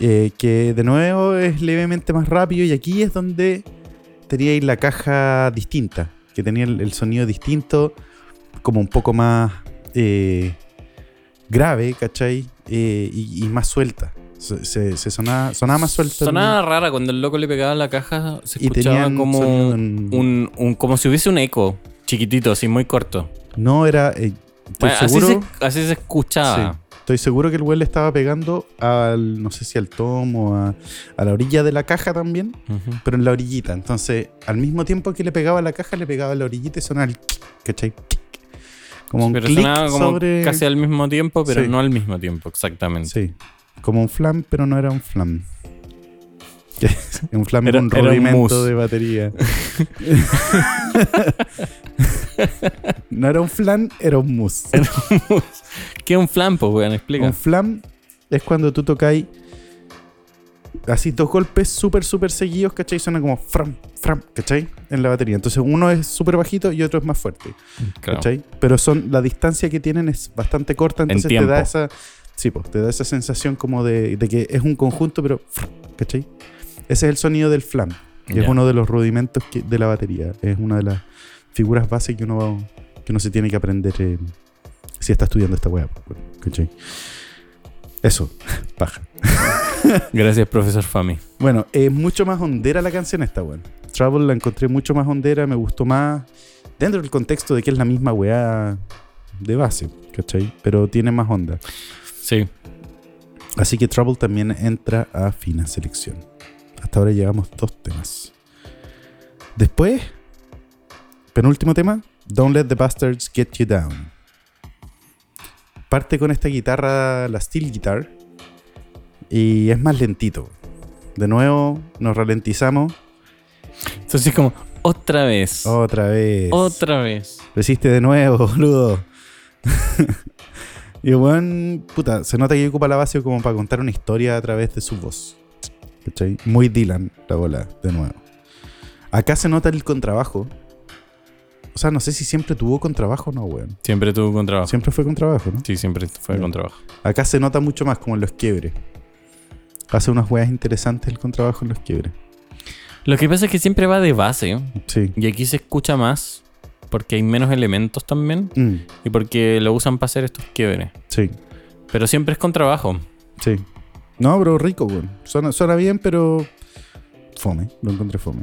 S3: eh, que de nuevo es levemente más rápido. Y aquí es donde teníais la caja distinta. Que tenía el, el sonido distinto. Como un poco más eh, grave, ¿cachai? Eh, y, y más suelta. Se, se- se sonaba, sonaba más suelta. el-
S2: Sonaba rara cuando el loco le pegaba la caja, se
S3: Y
S2: escuchaba
S3: tenían
S2: como
S3: sonido
S2: un,
S3: en-
S2: un- como si hubiese un eco chiquitito, así muy corto.
S3: No era. eh, estoy
S2: Bueno, así,
S3: seguro-
S2: se, así se escuchaba.
S3: Sí. Estoy seguro que el güey le estaba pegando al, no sé si al tom o a, a la orilla de la caja también,
S2: Ujú.
S3: pero en la orillita. Entonces, al mismo tiempo que le pegaba a la caja, le pegaba a la orillita y sonaba el clic, ¿cachai? Clic. Como un
S2: Pero
S3: clic
S2: sonaba como
S3: sobre...
S2: casi al mismo tiempo, pero
S3: Sí.
S2: no al mismo tiempo, exactamente.
S3: Sí, como un flam, pero no era un flam. un flam
S2: Era-
S3: era un
S2: era un
S3: rudimento
S2: mousse.
S3: de batería. no era un flam, era un mousse.
S2: ¿Qué es un flampo, weón? Explica.
S3: Un flam es cuando tú tocáis así dos golpes súper, súper seguidos, ¿cachai? Suena como fram, fram, ¿cachai? En la batería. Entonces uno es súper bajito y otro es más fuerte,
S2: Claro.
S3: ¿cachai? Pero son, la distancia que tienen es bastante corta, entonces te
S2: tiempo.
S3: da esa... Sí, pues, te da esa sensación como de, de que es un conjunto, pero... fram, ¿Cachai? Ese es el sonido del flam, que es
S2: Ya.
S3: uno de los rudimentos que- de la batería. Es una de las figuras base que uno, va- que uno se tiene que aprender eh, si está estudiando esta weá. pues, bueno, ¿cachai? Eso, paja.
S2: Gracias, profesor Fami.
S3: Bueno, es mucho más hondera la canción esta, weón. Trouble la encontré mucho más hondera, me gustó más. Dentro del contexto de que es la misma weá de base, ¿cachai? Pero tiene más onda.
S2: Sí.
S3: Así que Trouble también entra a fina selección. Hasta ahora llevamos dos temas. Después, penúltimo tema, Don't Let the Bastards Get You Down. Parte con esta guitarra, la steel guitar, y es más lentito. De nuevo, nos ralentizamos.
S2: Entonces es como, otra vez.
S3: Otra vez.
S2: Otra vez.
S3: Lo hiciste de nuevo, boludo. y el weón, puta, se nota que ocupa la base como para contar una historia a través de su voz. ¿Cachai? Muy Dylan la bola, de nuevo. Acá se nota el contrabajo. O sea, no sé si siempre tuvo contrabajo o no, weón.
S2: Siempre tuvo con trabajo.
S3: Siempre fue contrabajo, ¿no?
S2: Sí, siempre fue
S3: Ya.
S2: con trabajo.
S3: Acá se nota mucho más como en los quiebres. Hace unas weas interesantes el contrabajo en los quiebres.
S2: Lo que pasa es que siempre va de base. ¿eh?
S3: Sí.
S2: Y aquí se escucha más porque hay menos elementos también
S3: Mm,
S2: y porque lo usan para hacer estos quiebres.
S3: sí.
S2: Pero siempre es con trabajo.
S3: Sí. No, pero rico, weón. Suena, suena bien, pero fome. Lo encontré fome.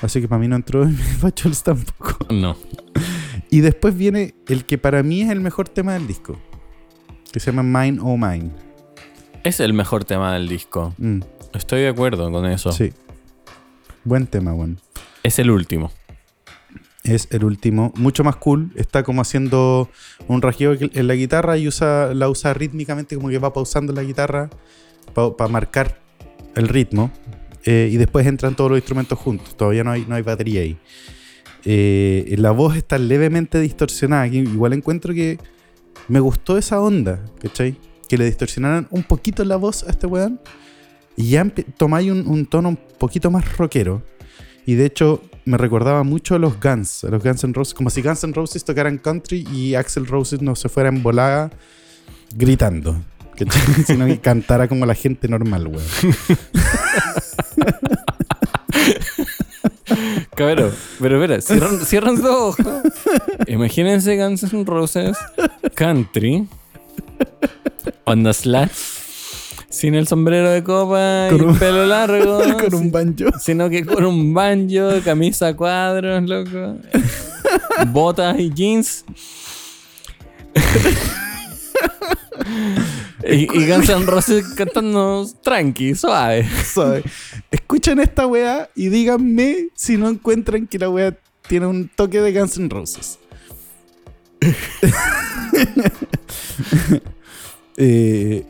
S3: Así que para mí no entró en mis bachols tampoco.
S2: No.
S3: Y después viene el que para mí es el mejor tema del disco. Que se llama Mine Oh Mine.
S2: Es el mejor tema del disco.
S3: Mm,
S2: Estoy de acuerdo con eso.
S3: Sí. Buen tema, weón.
S2: Es el último.
S3: Es el último. Mucho más cool. Está como haciendo un rasgueo en la guitarra y usa, la usa rítmicamente, como que va pausando la guitarra para marcar el ritmo. Eh, y después entran todos los instrumentos juntos. Todavía no hay, no hay batería ahí. Eh, la voz está levemente distorsionada. Aquí igual encuentro que me gustó esa onda, ¿cachai? Que le distorsionaran un poquito la voz a este weón Y ya empe- tomáis un, un tono un poquito más rockero. Y de hecho, me recordaba mucho a los Guns, a los Guns N' Roses, como si Guns N' Roses tocaran country y Axel Roses no se fuera en volada gritando, ¿cachai? sino que cantara como la gente normal, weón.
S2: Cabrón, pero espera, cierran, cierran los ojos. Imagínense Guns N' Roses Country on the slash sin el sombrero de copa y
S3: Con un-
S2: el pelo largo,
S3: Con un banjo.
S2: sino que con un banjo, camisa a cuadros, loco, botas y jeans. y, y Guns N' Roses cantando tranqui, suave.
S3: ¿sabes? Escuchen esta weá y díganme si no encuentran que la weá tiene un toque de Guns N' Roses. Eh,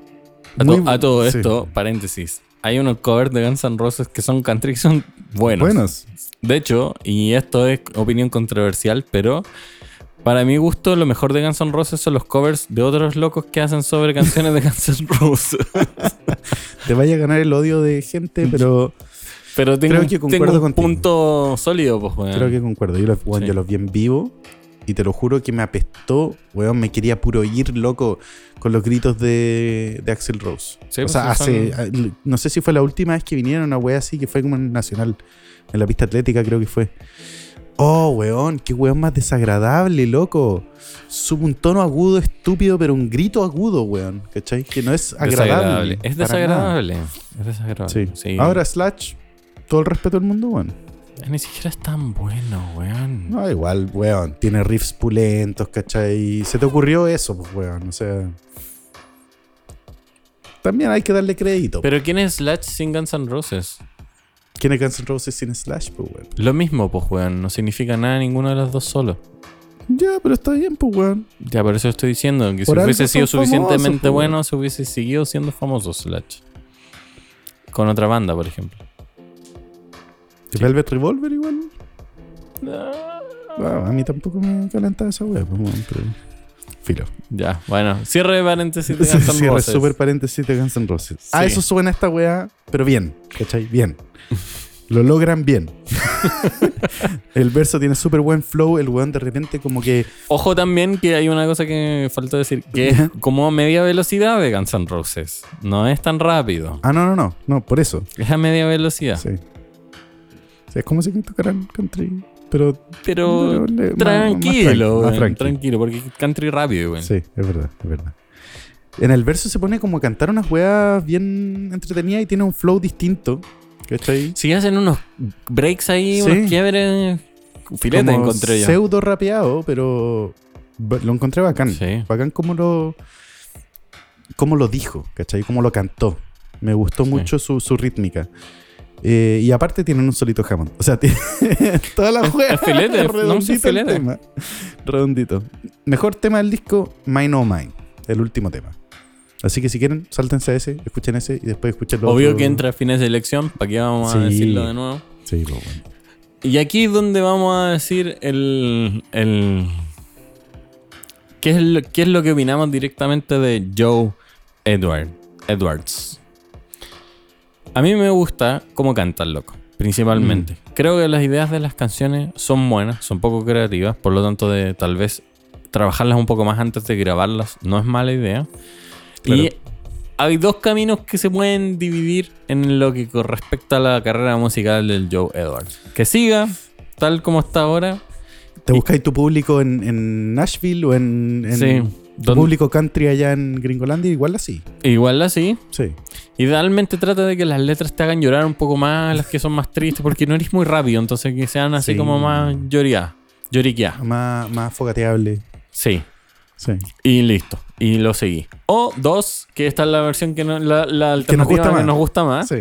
S2: A, to-
S3: muy-
S2: a todo
S3: sí.
S2: esto, paréntesis. Hay unos covers de Guns N' Roses que son country que son buenos.
S3: Buenos.
S2: De hecho, y esto es opinión controversial, pero para mi gusto, lo mejor de Guns N' Roses son los covers de otros locos que hacen sobre canciones de Guns N' Roses.
S3: Te vaya a ganar el odio de gente, pero
S2: Pero tengo,
S3: Creo que
S2: tengo
S3: concuerdo
S2: un
S3: contigo.
S2: punto sólido, pues, weón.
S3: creo que concuerdo. Yo los, weón,
S2: Sí.
S3: yo los vi en vivo y te lo juro que me apestó. Weón, me quería puro ir loco con los gritos de, de Axel Rose.
S2: Sí,
S3: o
S2: pues,
S3: sea,
S2: sí,
S3: hace.
S2: son-
S3: a- No sé si fue la última vez que vinieron a una wea así que fue como en Nacional. En la pista atlética creo que fue. Oh, weón, qué weón más desagradable, loco. Sube un tono agudo, estúpido, pero un grito agudo, weón. ¿Cachai? Que no es agradable.
S2: Es
S3: para nada.
S2: desagradable. Es desagradable.
S3: Sí.
S2: Sí.
S3: Ahora, Slash, todo el respeto del mundo, weón.
S2: Ni siquiera es tan bueno, weón.
S3: No, igual, weón. Tiene riffs pulentos, ¿cachai? Se te ocurrió eso, pues, weón. O sea. También hay que darle crédito.
S2: Pero ¿quién es Slash sin Guns N' Roses?
S3: ¿Quién es Guns N' Roses sin Slash, pues, weón?
S2: Lo mismo, pues, weón. No significa nada ninguno de los dos solo.
S3: Ya, pero está bien, pues, weón.
S2: Ya, por eso estoy diciendo que si
S3: Por algo
S2: hubiese
S3: son
S2: sido suficientemente
S3: famosos, pues, po,
S2: bueno, se hubiese seguido siendo famoso Slash. Con otra banda, por ejemplo.
S3: ¿El Velvet Revolver, igual. Ah, a mí tampoco me calentaba esa weón, pues, weón. Pero... Filo.
S2: Ya, bueno. Cierre de paréntesis de Guns N'
S3: Cierre
S2: Roses.
S3: super paréntesis de Guns N' Roses. A
S2: Sí.
S3: eso suena esta weá, pero bien, ¿cachai? Bien. Lo logran bien. el verso tiene súper buen flow. El weón de repente, como que.
S2: Ojo también que hay una cosa que falta decir, que es
S3: Ya.
S2: como a media velocidad de Guns N' Roses. No es tan rápido.
S3: Ah, no, no, no. No, por eso.
S2: Es a media velocidad.
S3: Sí. O sea, es como si tocaran country, pero
S2: Pero
S3: le- le- más-
S2: tranquilo,
S3: más tranqui- más
S2: weón,
S3: tranqui.
S2: tranquilo, porque country rápido, weón.
S3: Sí, es verdad, es verdad. En el verso se pone como a cantar unas weas bien entretenidas y tiene un flow distinto. ¿Cachai?
S2: Si hacen unos breaks ahí,
S3: Sí.
S2: unos quiebres, filete
S3: Como
S2: encontré yo.
S3: Pseudo rapeado, pero ba- lo encontré bacán.
S2: Sí.
S3: Bacán como lo, como lo dijo, ¿cachai? Como lo cantó. Me gustó
S2: Sí.
S3: mucho su, su rítmica. Eh, y aparte tienen un solito Hammond. O sea, tiene toda la juega.
S2: Es filete, no, sí,
S3: redondito el
S2: filete.
S3: tema. Redondito. Mejor tema del disco, Mine No Mine. El último tema. Así que si quieren, sáltense a ese, escuchen ese y después escuchen lo
S2: Obvio
S3: otro.
S2: que entra fines de elección, ¿para qué vamos a
S3: Sí.
S2: decirlo de nuevo?
S3: Sí, pues bueno.
S2: Y aquí es donde vamos a decir el. el ¿qué, es lo, qué es lo que opinamos directamente de Joe Edward, Edwards? A mí me gusta cómo canta el loco, principalmente. Creo que las ideas de las canciones son buenas, son poco creativas, por lo tanto, de tal vez trabajarlas un poco más antes de grabarlas no es mala idea.
S3: Claro.
S2: Y hay dos caminos que se pueden dividir en lo que con respecta a la carrera musical del Joe Edwards. Que siga tal como está ahora.
S3: ¿Te buscáis tu público en, en Nashville o en, en
S2: Sí,
S3: tu
S2: donde-
S3: público country allá en Gringolandia? Igual así.
S2: Igual así.
S3: Sí.
S2: Idealmente trata de que las letras te hagan llorar un poco más, las que son más tristes, porque no eres muy rápido, entonces que sean así
S3: Sí.
S2: como más lloría, lloriqueadas.
S3: Más, más fogateable.
S2: Sí.
S3: Sí.
S2: Y listo. Y lo seguí. O dos, que esta es la versión que no- la, la
S3: Que nos
S2: alternativa
S3: gusta
S2: que
S3: más.
S2: nos gusta más.
S3: Sí.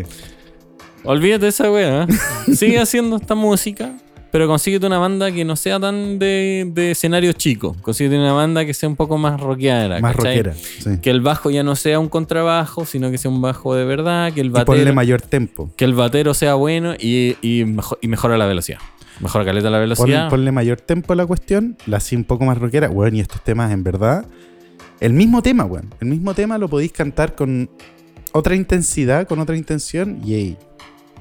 S2: Olvídate de esa wea. ¿eh? Sigue haciendo esta música, pero consíguete una banda que no sea tan de, de escenario chico. Consíguete una banda que sea un poco más rockeada.
S3: Más
S2: ¿cachai?
S3: rockera. Sí.
S2: Que el bajo ya no sea un contrabajo, sino que sea un bajo de verdad, que el
S3: Y ponle
S2: batero,
S3: mayor tempo.
S2: que el batero sea bueno y, y, mejo- y mejora la velocidad. Mejora caleta la
S3: Pon-
S2: velocidad.
S3: ponle mayor tempo a la cuestión. La así un poco más rockera. Weón, y estos temas en verdad. El mismo tema, weón. El mismo tema lo podéis cantar con otra intensidad, con otra intención, yay.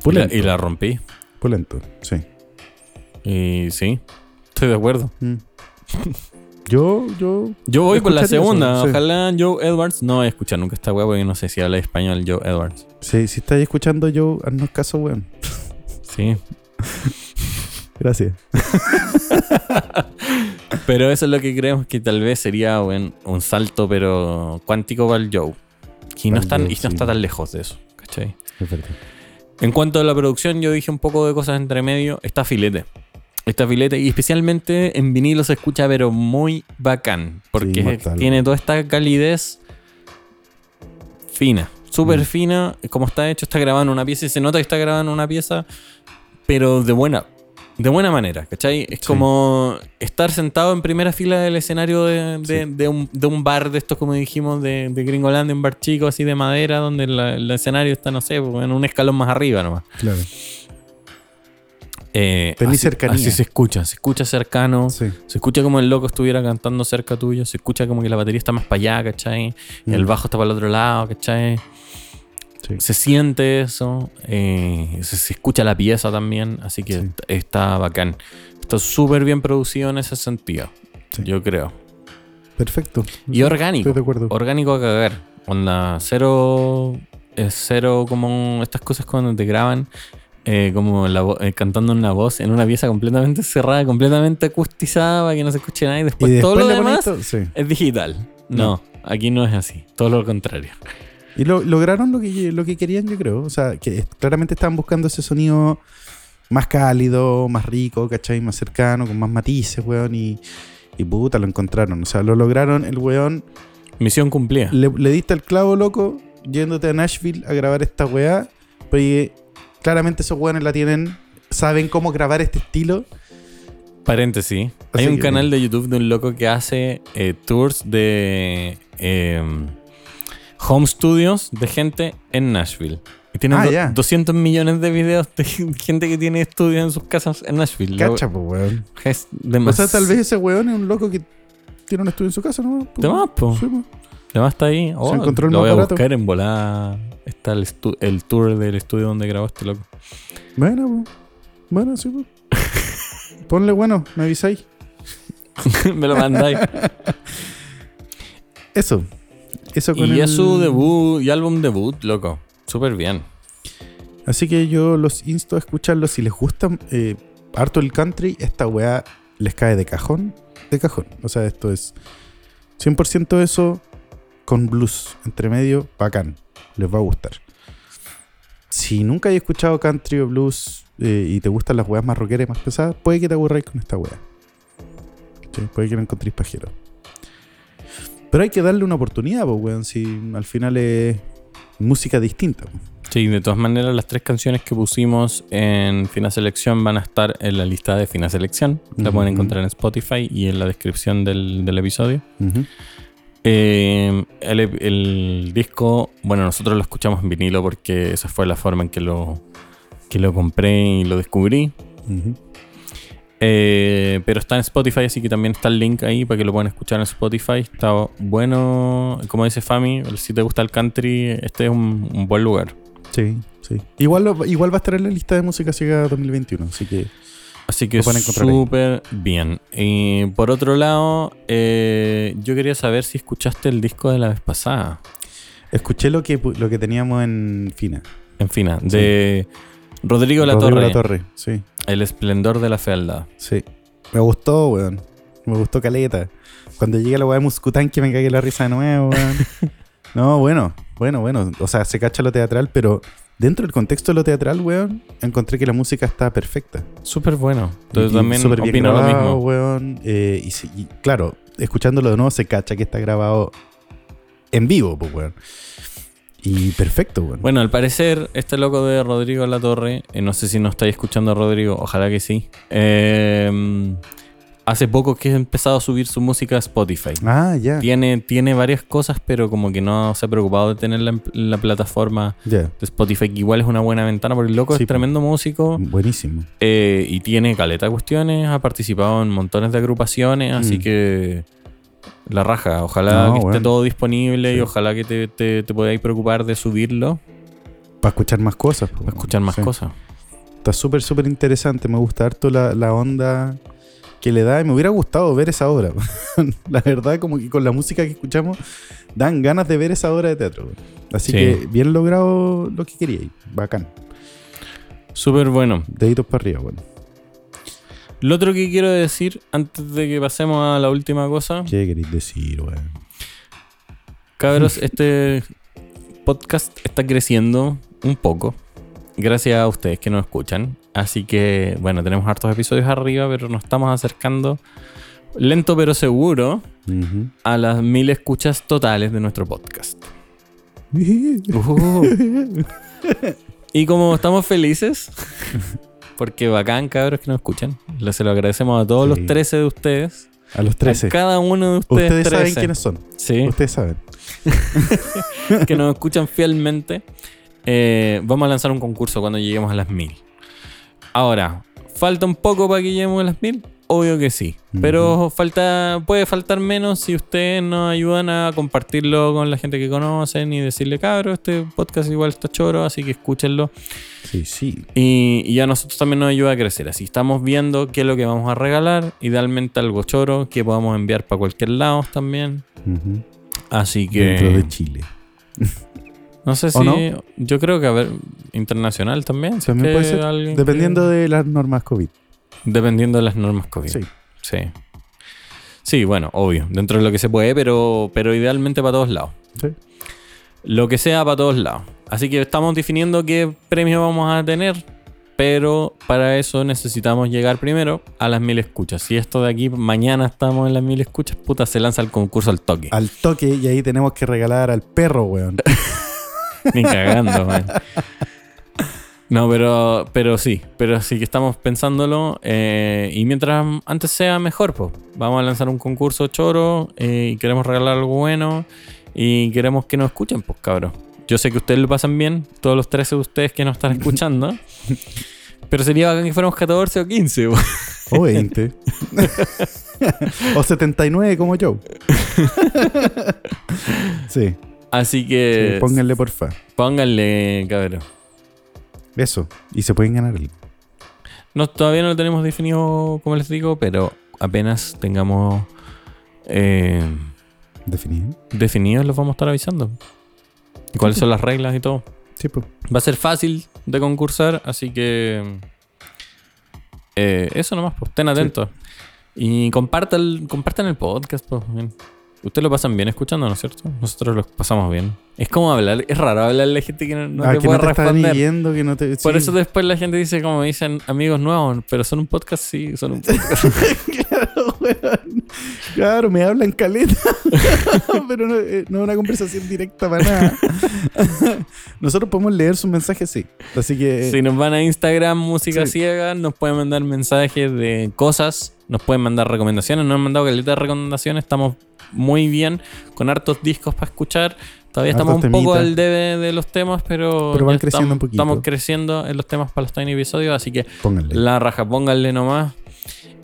S2: Pulento. Y la rompí.
S3: Pulento, sí.
S2: Y sí, estoy de acuerdo.
S3: Mm. Yo, yo.
S2: Yo voy por la
S3: escucharía eso,
S2: segunda.
S3: sí.
S2: Ojalá Joe Edwards no escucha nunca esta weá porque no sé si habla español Joe Edwards.
S3: Sí, si estáis escuchando, yo, haznos caso, weón.
S2: Sí.
S3: Gracias.
S2: Pero eso es lo que creemos que tal vez sería weón, un salto, pero cuántico para el Joe. Y
S3: Para
S2: no,
S3: el
S2: están,
S3: Joe,
S2: y no
S3: sí.
S2: está tan lejos de eso. ¿Cachai?
S3: Es verdad.
S2: En cuanto a la producción, yo dije un poco de cosas entre medio. Está filete. Está filete. Y especialmente en vinilo se escucha, pero muy bacán.
S3: Sí,
S2: Porque
S3: mortal.
S2: tiene toda esta calidez fina. Súper
S3: Mm.
S2: fina. eh, Como está hecho, está grabando una pieza y se nota que está grabando una pieza, pero de buena. De buena manera, ¿cachai? Es
S3: Sí.
S2: como estar sentado en primera fila del escenario de, de- de un, de un bar de estos, como dijimos, de, de Gringolandia, un bar chico así de madera, donde la- el escenario está, no sé, en un escalón más arriba nomás.
S3: Claro.
S2: Eh,
S3: Tenés
S2: así-
S3: cercanía.
S2: Así se escucha, se escucha cercano.
S3: Sí.
S2: Se escucha como el loco estuviera cantando cerca tuyo. Se escucha como que la batería está más para allá, ¿cachai?
S3: Mm.
S2: El bajo está para el otro lado, ¿cachai?
S3: Sí.
S2: Se siente eso. eh, se, se escucha la pieza también. Así que
S3: Sí.
S2: est- está bacán. Está súper bien producido en ese sentido.
S3: Sí.
S2: Yo creo.
S3: Perfecto.
S2: Y orgánico.
S3: Estoy de acuerdo.
S2: Orgánico a cagar. Onda, cero. Es cero como estas cosas cuando te graban. eh, como la vo- eh, cantando una voz en una pieza completamente cerrada, completamente acustizada para que no se escuche nada y después, pues todo lo
S3: le ponen
S2: demás
S3: todo- sí.
S2: es digital. No, aquí no es así, todo lo contrario.
S3: Y lo- lograron lo que, lo que querían, yo creo. O sea, que es- claramente estaban buscando ese sonido más cálido, más rico, ¿cachai? Más cercano, con más matices, weón. Y, y puta, lo encontraron. O sea, lo lograron, el weón.
S2: Misión cumplida.
S3: Le, le diste el clavo, loco, yéndote a Nashville a grabar esta weá. Porque claramente esos weones la tienen, saben cómo grabar este estilo.
S2: Paréntesis.
S3: Así
S2: Hay un
S3: que-
S2: canal de YouTube de un loco que hace eh, tours de eh, home studios de gente en Nashville. Y tiene
S3: Ah,
S2: do-
S3: ya.
S2: 200 millones de videos de gente que tiene estudios en sus casas en Nashville. Lo-
S3: Cacha, pues, weón.
S2: Es
S3: O
S2: demasiado.
S3: sea, tal vez ese weón es un loco que tiene un estudio en su casa, ¿no? Pues,
S2: De más, po.
S3: Sí, po.
S2: Además está ahí. Oh,
S3: encontró el
S2: lo
S3: más
S2: voy a
S3: barato.
S2: buscar en volada. Está el, estu- el tour del estudio donde grabó este loco.
S3: Bueno, po. bueno, sí, po. Ponle bueno, me avisáis.
S2: Me lo mandáis.
S3: Eso. Eso con
S2: y es
S3: el-
S2: su debut y álbum debut, loco. Súper bien.
S3: Así que yo los insto a escucharlo. Si les gusta eh, harto el country, esta weá les cae de cajón. De cajón. O sea, esto es 100% eso con blues entre medio. Bacán. Les va a gustar. Si nunca hayas escuchado country o blues eh, y te gustan las weas más rockeras y más pesadas, puede que te aburráis con esta wea. Sí, Puede que no encontréis pajero. Pero hay que darle una oportunidad, pues, weón. Si al final es música distinta. po.
S2: Sí, de todas maneras, las tres canciones que pusimos en Fina Selección van a estar en la lista de Fina Selección. La
S3: Ujú.
S2: pueden encontrar en Spotify y en la descripción del, del episodio. Eh, el, ep- el disco, bueno, nosotros lo escuchamos en vinilo porque esa fue la forma en que lo, que lo compré y lo descubrí.
S3: Ujú.
S2: Eh, pero está en Spotify, así que también está el link ahí para que lo puedan escuchar en Spotify. Está bueno, como dice Fami, si te gusta el country, este es un, un buen lugar.
S3: Sí, sí. Igual, lo- igual va a estar en la lista de música ciega 2021, así que
S2: Así que
S3: Lo pueden encontrar ahí.
S2: súper bien. Y por otro lado, eh, yo quería saber si escuchaste el disco de la vez pasada.
S3: escuché lo que, pu- lo que teníamos en Fina.
S2: En fin, ah, de Rodrigo, La,
S3: Rodrigo
S2: Torre,
S3: sí,
S2: El esplendor de la fealdad.
S3: sí. Me gustó, weón. Me gustó Caleta. Cuando llegue la weá de Muscután que me cague la risa de nuevo, weón. no, bueno, bueno, bueno. O sea, se cacha lo teatral, pero dentro del contexto de lo teatral, weón, encontré que la música está perfecta.
S2: Súper bueno. Entonces
S3: Y
S2: también
S3: súper bien
S2: opino lo
S3: grabado,
S2: mismo.
S3: weón. Eh, y, sí, y claro, escuchándolo de nuevo se cacha que está grabado en vivo, pues, weón. Y perfecto, weón.
S2: Bueno, al parecer, este loco de Rodrigo La Torre, eh, no sé si nos estáis escuchando Rodrigo, ojalá que sí. eh, hace poco que ha empezado a subir su música a Spotify.
S3: ah, ya.
S2: Tiene, tiene varias cosas, pero como que no se ha preocupado de tenerla en en la plataforma
S3: Ya.
S2: de Spotify, que igual es una buena ventana, porque el loco
S3: Sí,
S2: es
S3: po.
S2: tremendo músico
S3: Buenísimo.
S2: eh, y tiene caleta de cuestiones, ha participado en montones de agrupaciones, así
S3: Mm.
S2: que La raja. Ojalá
S3: No,
S2: que esté
S3: bueno.
S2: todo disponible y
S3: Sí.
S2: ojalá que te, te, te podáis preocupar de subirlo
S3: Para escuchar más cosas. po,
S2: para escuchar más
S3: sí.
S2: cosas.
S3: Está súper, súper interesante. Me gusta harto la, la onda que le da. Y me hubiera gustado ver esa obra. la verdad, como que con la música que escuchamos, dan ganas de ver esa obra de teatro. Así
S2: Sí.
S3: que bien logrado lo que quería. Bacán.
S2: Súper bueno.
S3: Deditos para arriba, bueno.
S2: Lo otro que quiero decir antes de que pasemos a la última cosa,
S3: ¿Qué queréis decir, weón?
S2: cabros, este podcast está creciendo un poco. Gracias a ustedes que nos escuchan. Así que, bueno, tenemos hartos episodios arriba, pero nos estamos acercando lento pero seguro
S3: Ujú.
S2: a las mil escuchas totales de nuestro podcast.
S3: Uh.
S2: y como estamos felices, porque bacán, cabros que nos escuchan, les- se lo agradecemos a todos
S3: Sí.
S2: los 13 de ustedes.
S3: A los
S2: a
S3: 13.
S2: cada uno de ustedes.
S3: Ustedes saben
S2: 13.
S3: quiénes son.
S2: Sí,
S3: Ustedes saben.
S2: que nos escuchan fielmente. Eh, vamos a lanzar un concurso cuando lleguemos a las mil. Ahora, ¿falta un poco para que lleguemos a las mil? Obvio que sí. Pero falta, puede faltar menos si ustedes nos ayudan a compartirlo con la gente que conocen y decirle, cabro, este podcast igual está choro, así que escúchenlo.
S3: Sí, sí.
S2: Y, y a nosotros también nos ayuda a crecer. Así estamos viendo qué es lo que vamos a regalar. Idealmente algo choro que podamos enviar para cualquier lado también.
S3: Ujú.
S2: Así que...
S3: Dentro de Chile.
S2: No sé si.
S3: ¿O no?
S2: Yo creo que a ver. Internacional también. si es
S3: También
S2: que
S3: puede ser.
S2: alguien que-
S3: Dependiendo de las normas COVID.
S2: Dependiendo de las normas COVID.
S3: Sí.
S2: Sí. sí. bueno, obvio. Dentro de lo que se puede, pero, pero idealmente para todos lados.
S3: Sí.
S2: Lo que sea para todos lados. Así que estamos definiendo qué premio vamos a tener. Pero para eso necesitamos llegar primero a las mil escuchas. Si esto de aquí mañana estamos en las mil escuchas, puta, se lanza el concurso al toque.
S3: Al toque, y ahí tenemos que regalar al perro, weón.
S2: Ni cagando, man. No, pero, pero sí, pero sí que estamos pensándolo. eh, y mientras antes sea mejor, pues vamos a lanzar un concurso choro eh, y queremos regalar algo bueno y queremos que nos escuchen, pues cabrón. Yo sé que ustedes lo pasan bien, todos los 13 de ustedes que nos están escuchando. pero sería bacán que fuéramos 14 o 15. po.
S3: O 20. o 79 como yo. sí,
S2: Así que
S3: sí, pónganle porfa.
S2: pónganle, cabrón.
S3: Eso. Y se pueden ganar algo.
S2: No, todavía no lo tenemos definido, como les digo, pero apenas tengamos eh,
S3: Definido.
S2: definidos los vamos a estar avisando. Y cuáles son las reglas y todo.
S3: Sí, pues.
S2: Va a ser fácil de concursar, así que eh, eso nomás, pues estén atentos. Y compartan, el- compartan el podcast, pues. bien. Ustedes lo pasan bien escuchando, ¿no es cierto? Nosotros lo pasamos bien. Es como hablar, es raro hablarle a la gente que no, no
S3: Ah,
S2: te
S3: que
S2: puede
S3: no te están
S2: responder.
S3: leyendo, que no te.
S2: Por
S3: sí.
S2: eso después la gente dice, como me dicen amigos nuevos, pero son un podcast, sí, son un podcast.
S3: claro, weón. Claro, me hablan caleta. Pero no, eh, no es una conversación directa para nada. Nosotros podemos leer sus mensajes, sí. Así que.
S2: si nos van a Instagram, música
S3: Eh, sí.
S2: ciega, nos pueden mandar mensajes de cosas, nos pueden mandar recomendaciones, nos han mandado caleta de recomendaciones, estamos muy bien, con hartos discos para escuchar. Todavía
S3: Hartos
S2: estamos un poco
S3: temitas.
S2: al debe de los temas, pero,
S3: Pero van
S2: ya
S3: creciendo
S2: estamos,
S3: un poquito.
S2: estamos creciendo en los temas para los tiny episodios, así que
S3: Pónganle.
S2: la raja, pónganle nomás.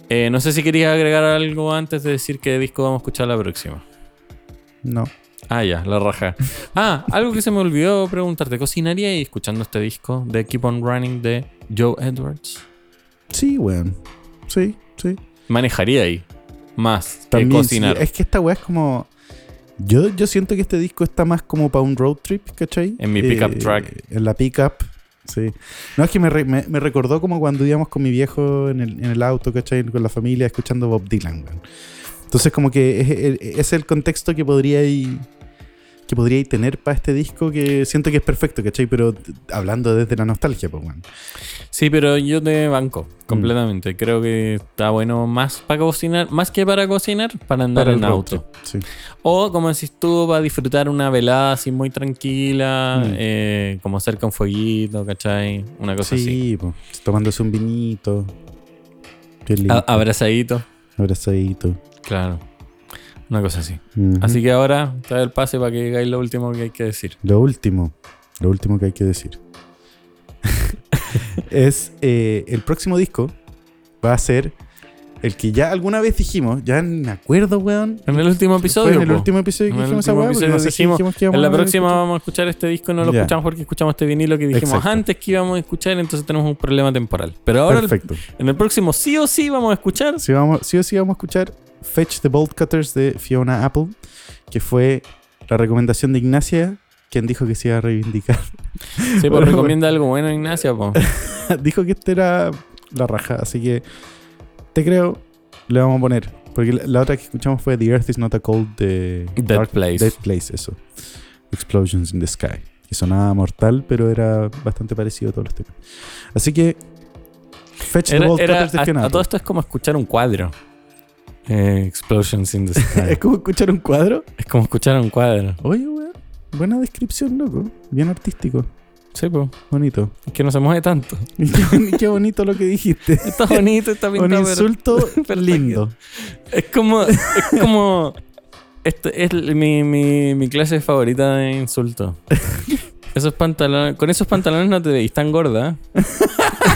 S2: Eh, no sé si querías agregar algo antes de decir qué disco vamos a escuchar la próxima.
S3: No.
S2: Ah, ya, la raja. Ah, algo que se me olvidó preguntarte. ¿Cocinaría y escuchando este disco de Keep on Running de Joe Edwards?
S3: Sí, weón. Sí, sí.
S2: ¿Manejaría ahí? Más que
S3: También, sí,
S2: cocinar.
S3: es que esta weá es como. Yo, yo siento que este disco está más como para un road trip, ¿cachai? Eh,
S2: En mi pickup track.
S3: En la pickup, sí. No, es que me, re- me- me recordó como cuando íbamos con mi viejo en el, en el auto, ¿cachai? Con la familia, escuchando Bob Dylan, weón. Entonces, como que es, es- es el contexto que podría ir- que podría tener para este disco que siento que es perfecto, ¿cachai? Pero t- hablando desde la nostalgia, pues, weón.
S2: Sí, pero yo te banco
S3: Mm.
S2: completamente. Creo que está bueno más para cocinar, más que para cocinar, para andar
S3: Para el
S2: en
S3: road
S2: auto.
S3: trip, Sí.
S2: O como decís tú, para disfrutar una velada así muy tranquila,
S3: Mm.
S2: eh, como cerca un fueguito, ¿cachai? Una cosa así.
S3: Sí, po. tomándose un vinito. Qué lindo.
S2: A- abrazadito.
S3: Abrazadito.
S2: Claro. Una cosa así.
S3: Ujú.
S2: Así que ahora trae el pase para que digáis lo último que hay que decir.
S3: Lo último, lo último que hay que decir es eh, el próximo disco va a ser El que ya alguna vez dijimos, ya ni me acuerdo, weón.
S2: En el último episodio.
S3: Fue en el
S2: po.
S3: último episodio
S2: En
S3: que
S2: el
S3: dijimos esa
S2: último
S3: weá, porque
S2: episodio
S3: no sé si
S2: dijimos,
S3: dijimos que
S2: En
S3: íbamos a
S2: la
S3: ver
S2: próxima
S3: esto.
S2: vamos a escuchar este disco, no lo
S3: Ya.
S2: escuchamos porque escuchamos este vinilo que dijimos
S3: Exacto.
S2: antes que íbamos a escuchar, entonces tenemos un problema temporal. Pero ahora el-
S3: Perfecto.
S2: en el próximo sí o sí vamos a escuchar.
S3: Sí, vamos, sí o sí vamos a escuchar Fetch the Bolt Cutters de Fiona Apple, que fue la recomendación de Ignacia, quien dijo que se iba a reivindicar.
S2: Sí, pues
S3: Bueno,
S2: recomienda algo bueno, Ignacia. po.
S3: dijo que este era la raja, así que te creo, le vamos a poner. Porque la, la otra que escuchamos fue The Earth is not a cold de
S2: Dead Place.
S3: Dead Place, eso. Explosions in the Sky. Que sonaba mortal, pero era bastante parecido a todos los temas. Así que. Fetch the
S2: Era-
S3: Bolt
S2: era-
S3: Cutters de Fiona
S2: a, a
S3: Apple.
S2: todo esto es como escuchar un cuadro. Eh, Explosions in the
S3: Es
S2: Sky.
S3: como escuchar un cuadro.
S2: es como escuchar un cuadro.
S3: Oye, weón. Buena descripción, loco. Bien artístico.
S2: Sí, pues.
S3: Bonito.
S2: Es que no se mueve tanto.
S3: Y qué, boni- qué bonito lo que dijiste.
S2: Está bonito, está
S3: Un
S2: pintado, pero-
S3: insulto
S2: pero
S3: lindo.
S2: Es como. Es como. Este es l- mi, mi, mi clase favorita de insulto. Esos pantalones. Con esos pantalones no te veis tan gorda.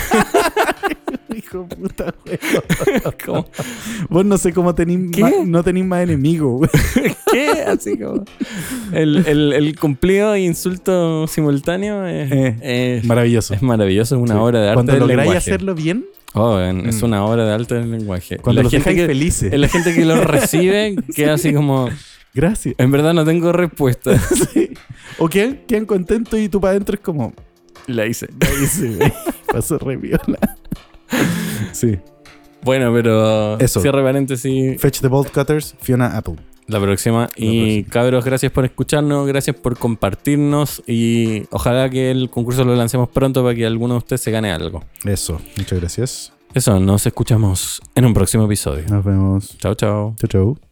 S3: Hijo de puta, weón.
S2: ¿eh? Como,
S3: Vos no sé cómo tenís
S2: ¿Qué?
S3: más, no tenís más enemigo, güey.
S2: ¿Qué? Así como. El, el, el cumplido e insulto simultáneo es,
S3: Eh,
S2: es-
S3: Maravilloso.
S2: es maravilloso, es una
S3: Sí.
S2: obra de arte
S3: Cuando
S2: del
S3: lográis
S2: lenguaje.
S3: hacerlo bien,
S2: Oh, en- es
S3: Mm.
S2: una obra de arte del lenguaje.
S3: cuando
S2: la
S3: los
S2: gente
S3: dejáis
S2: que,
S3: felices.
S2: la gente que lo recibe queda así como.
S3: Gracias.
S2: En verdad no tengo respuesta.
S3: Sí. O quedan, quedan contentos y tú para adentro es como,
S2: La hice.
S3: la hice, güey. Pasó re viola. Sí.
S2: Bueno, pero.
S3: Eso.
S2: Cierre paréntesis.
S3: Fetch the Bolt Cutters, Fiona Apple.
S2: La próxima. y
S3: próxima.
S2: cabros, gracias por escucharnos, gracias por compartirnos y ojalá que el concurso lo lancemos pronto para que alguno de ustedes se gane algo.
S3: Eso. Muchas gracias.
S2: Eso, nos escuchamos en un próximo episodio.
S3: Nos vemos.
S2: Chao, chao.
S3: Chau, chau.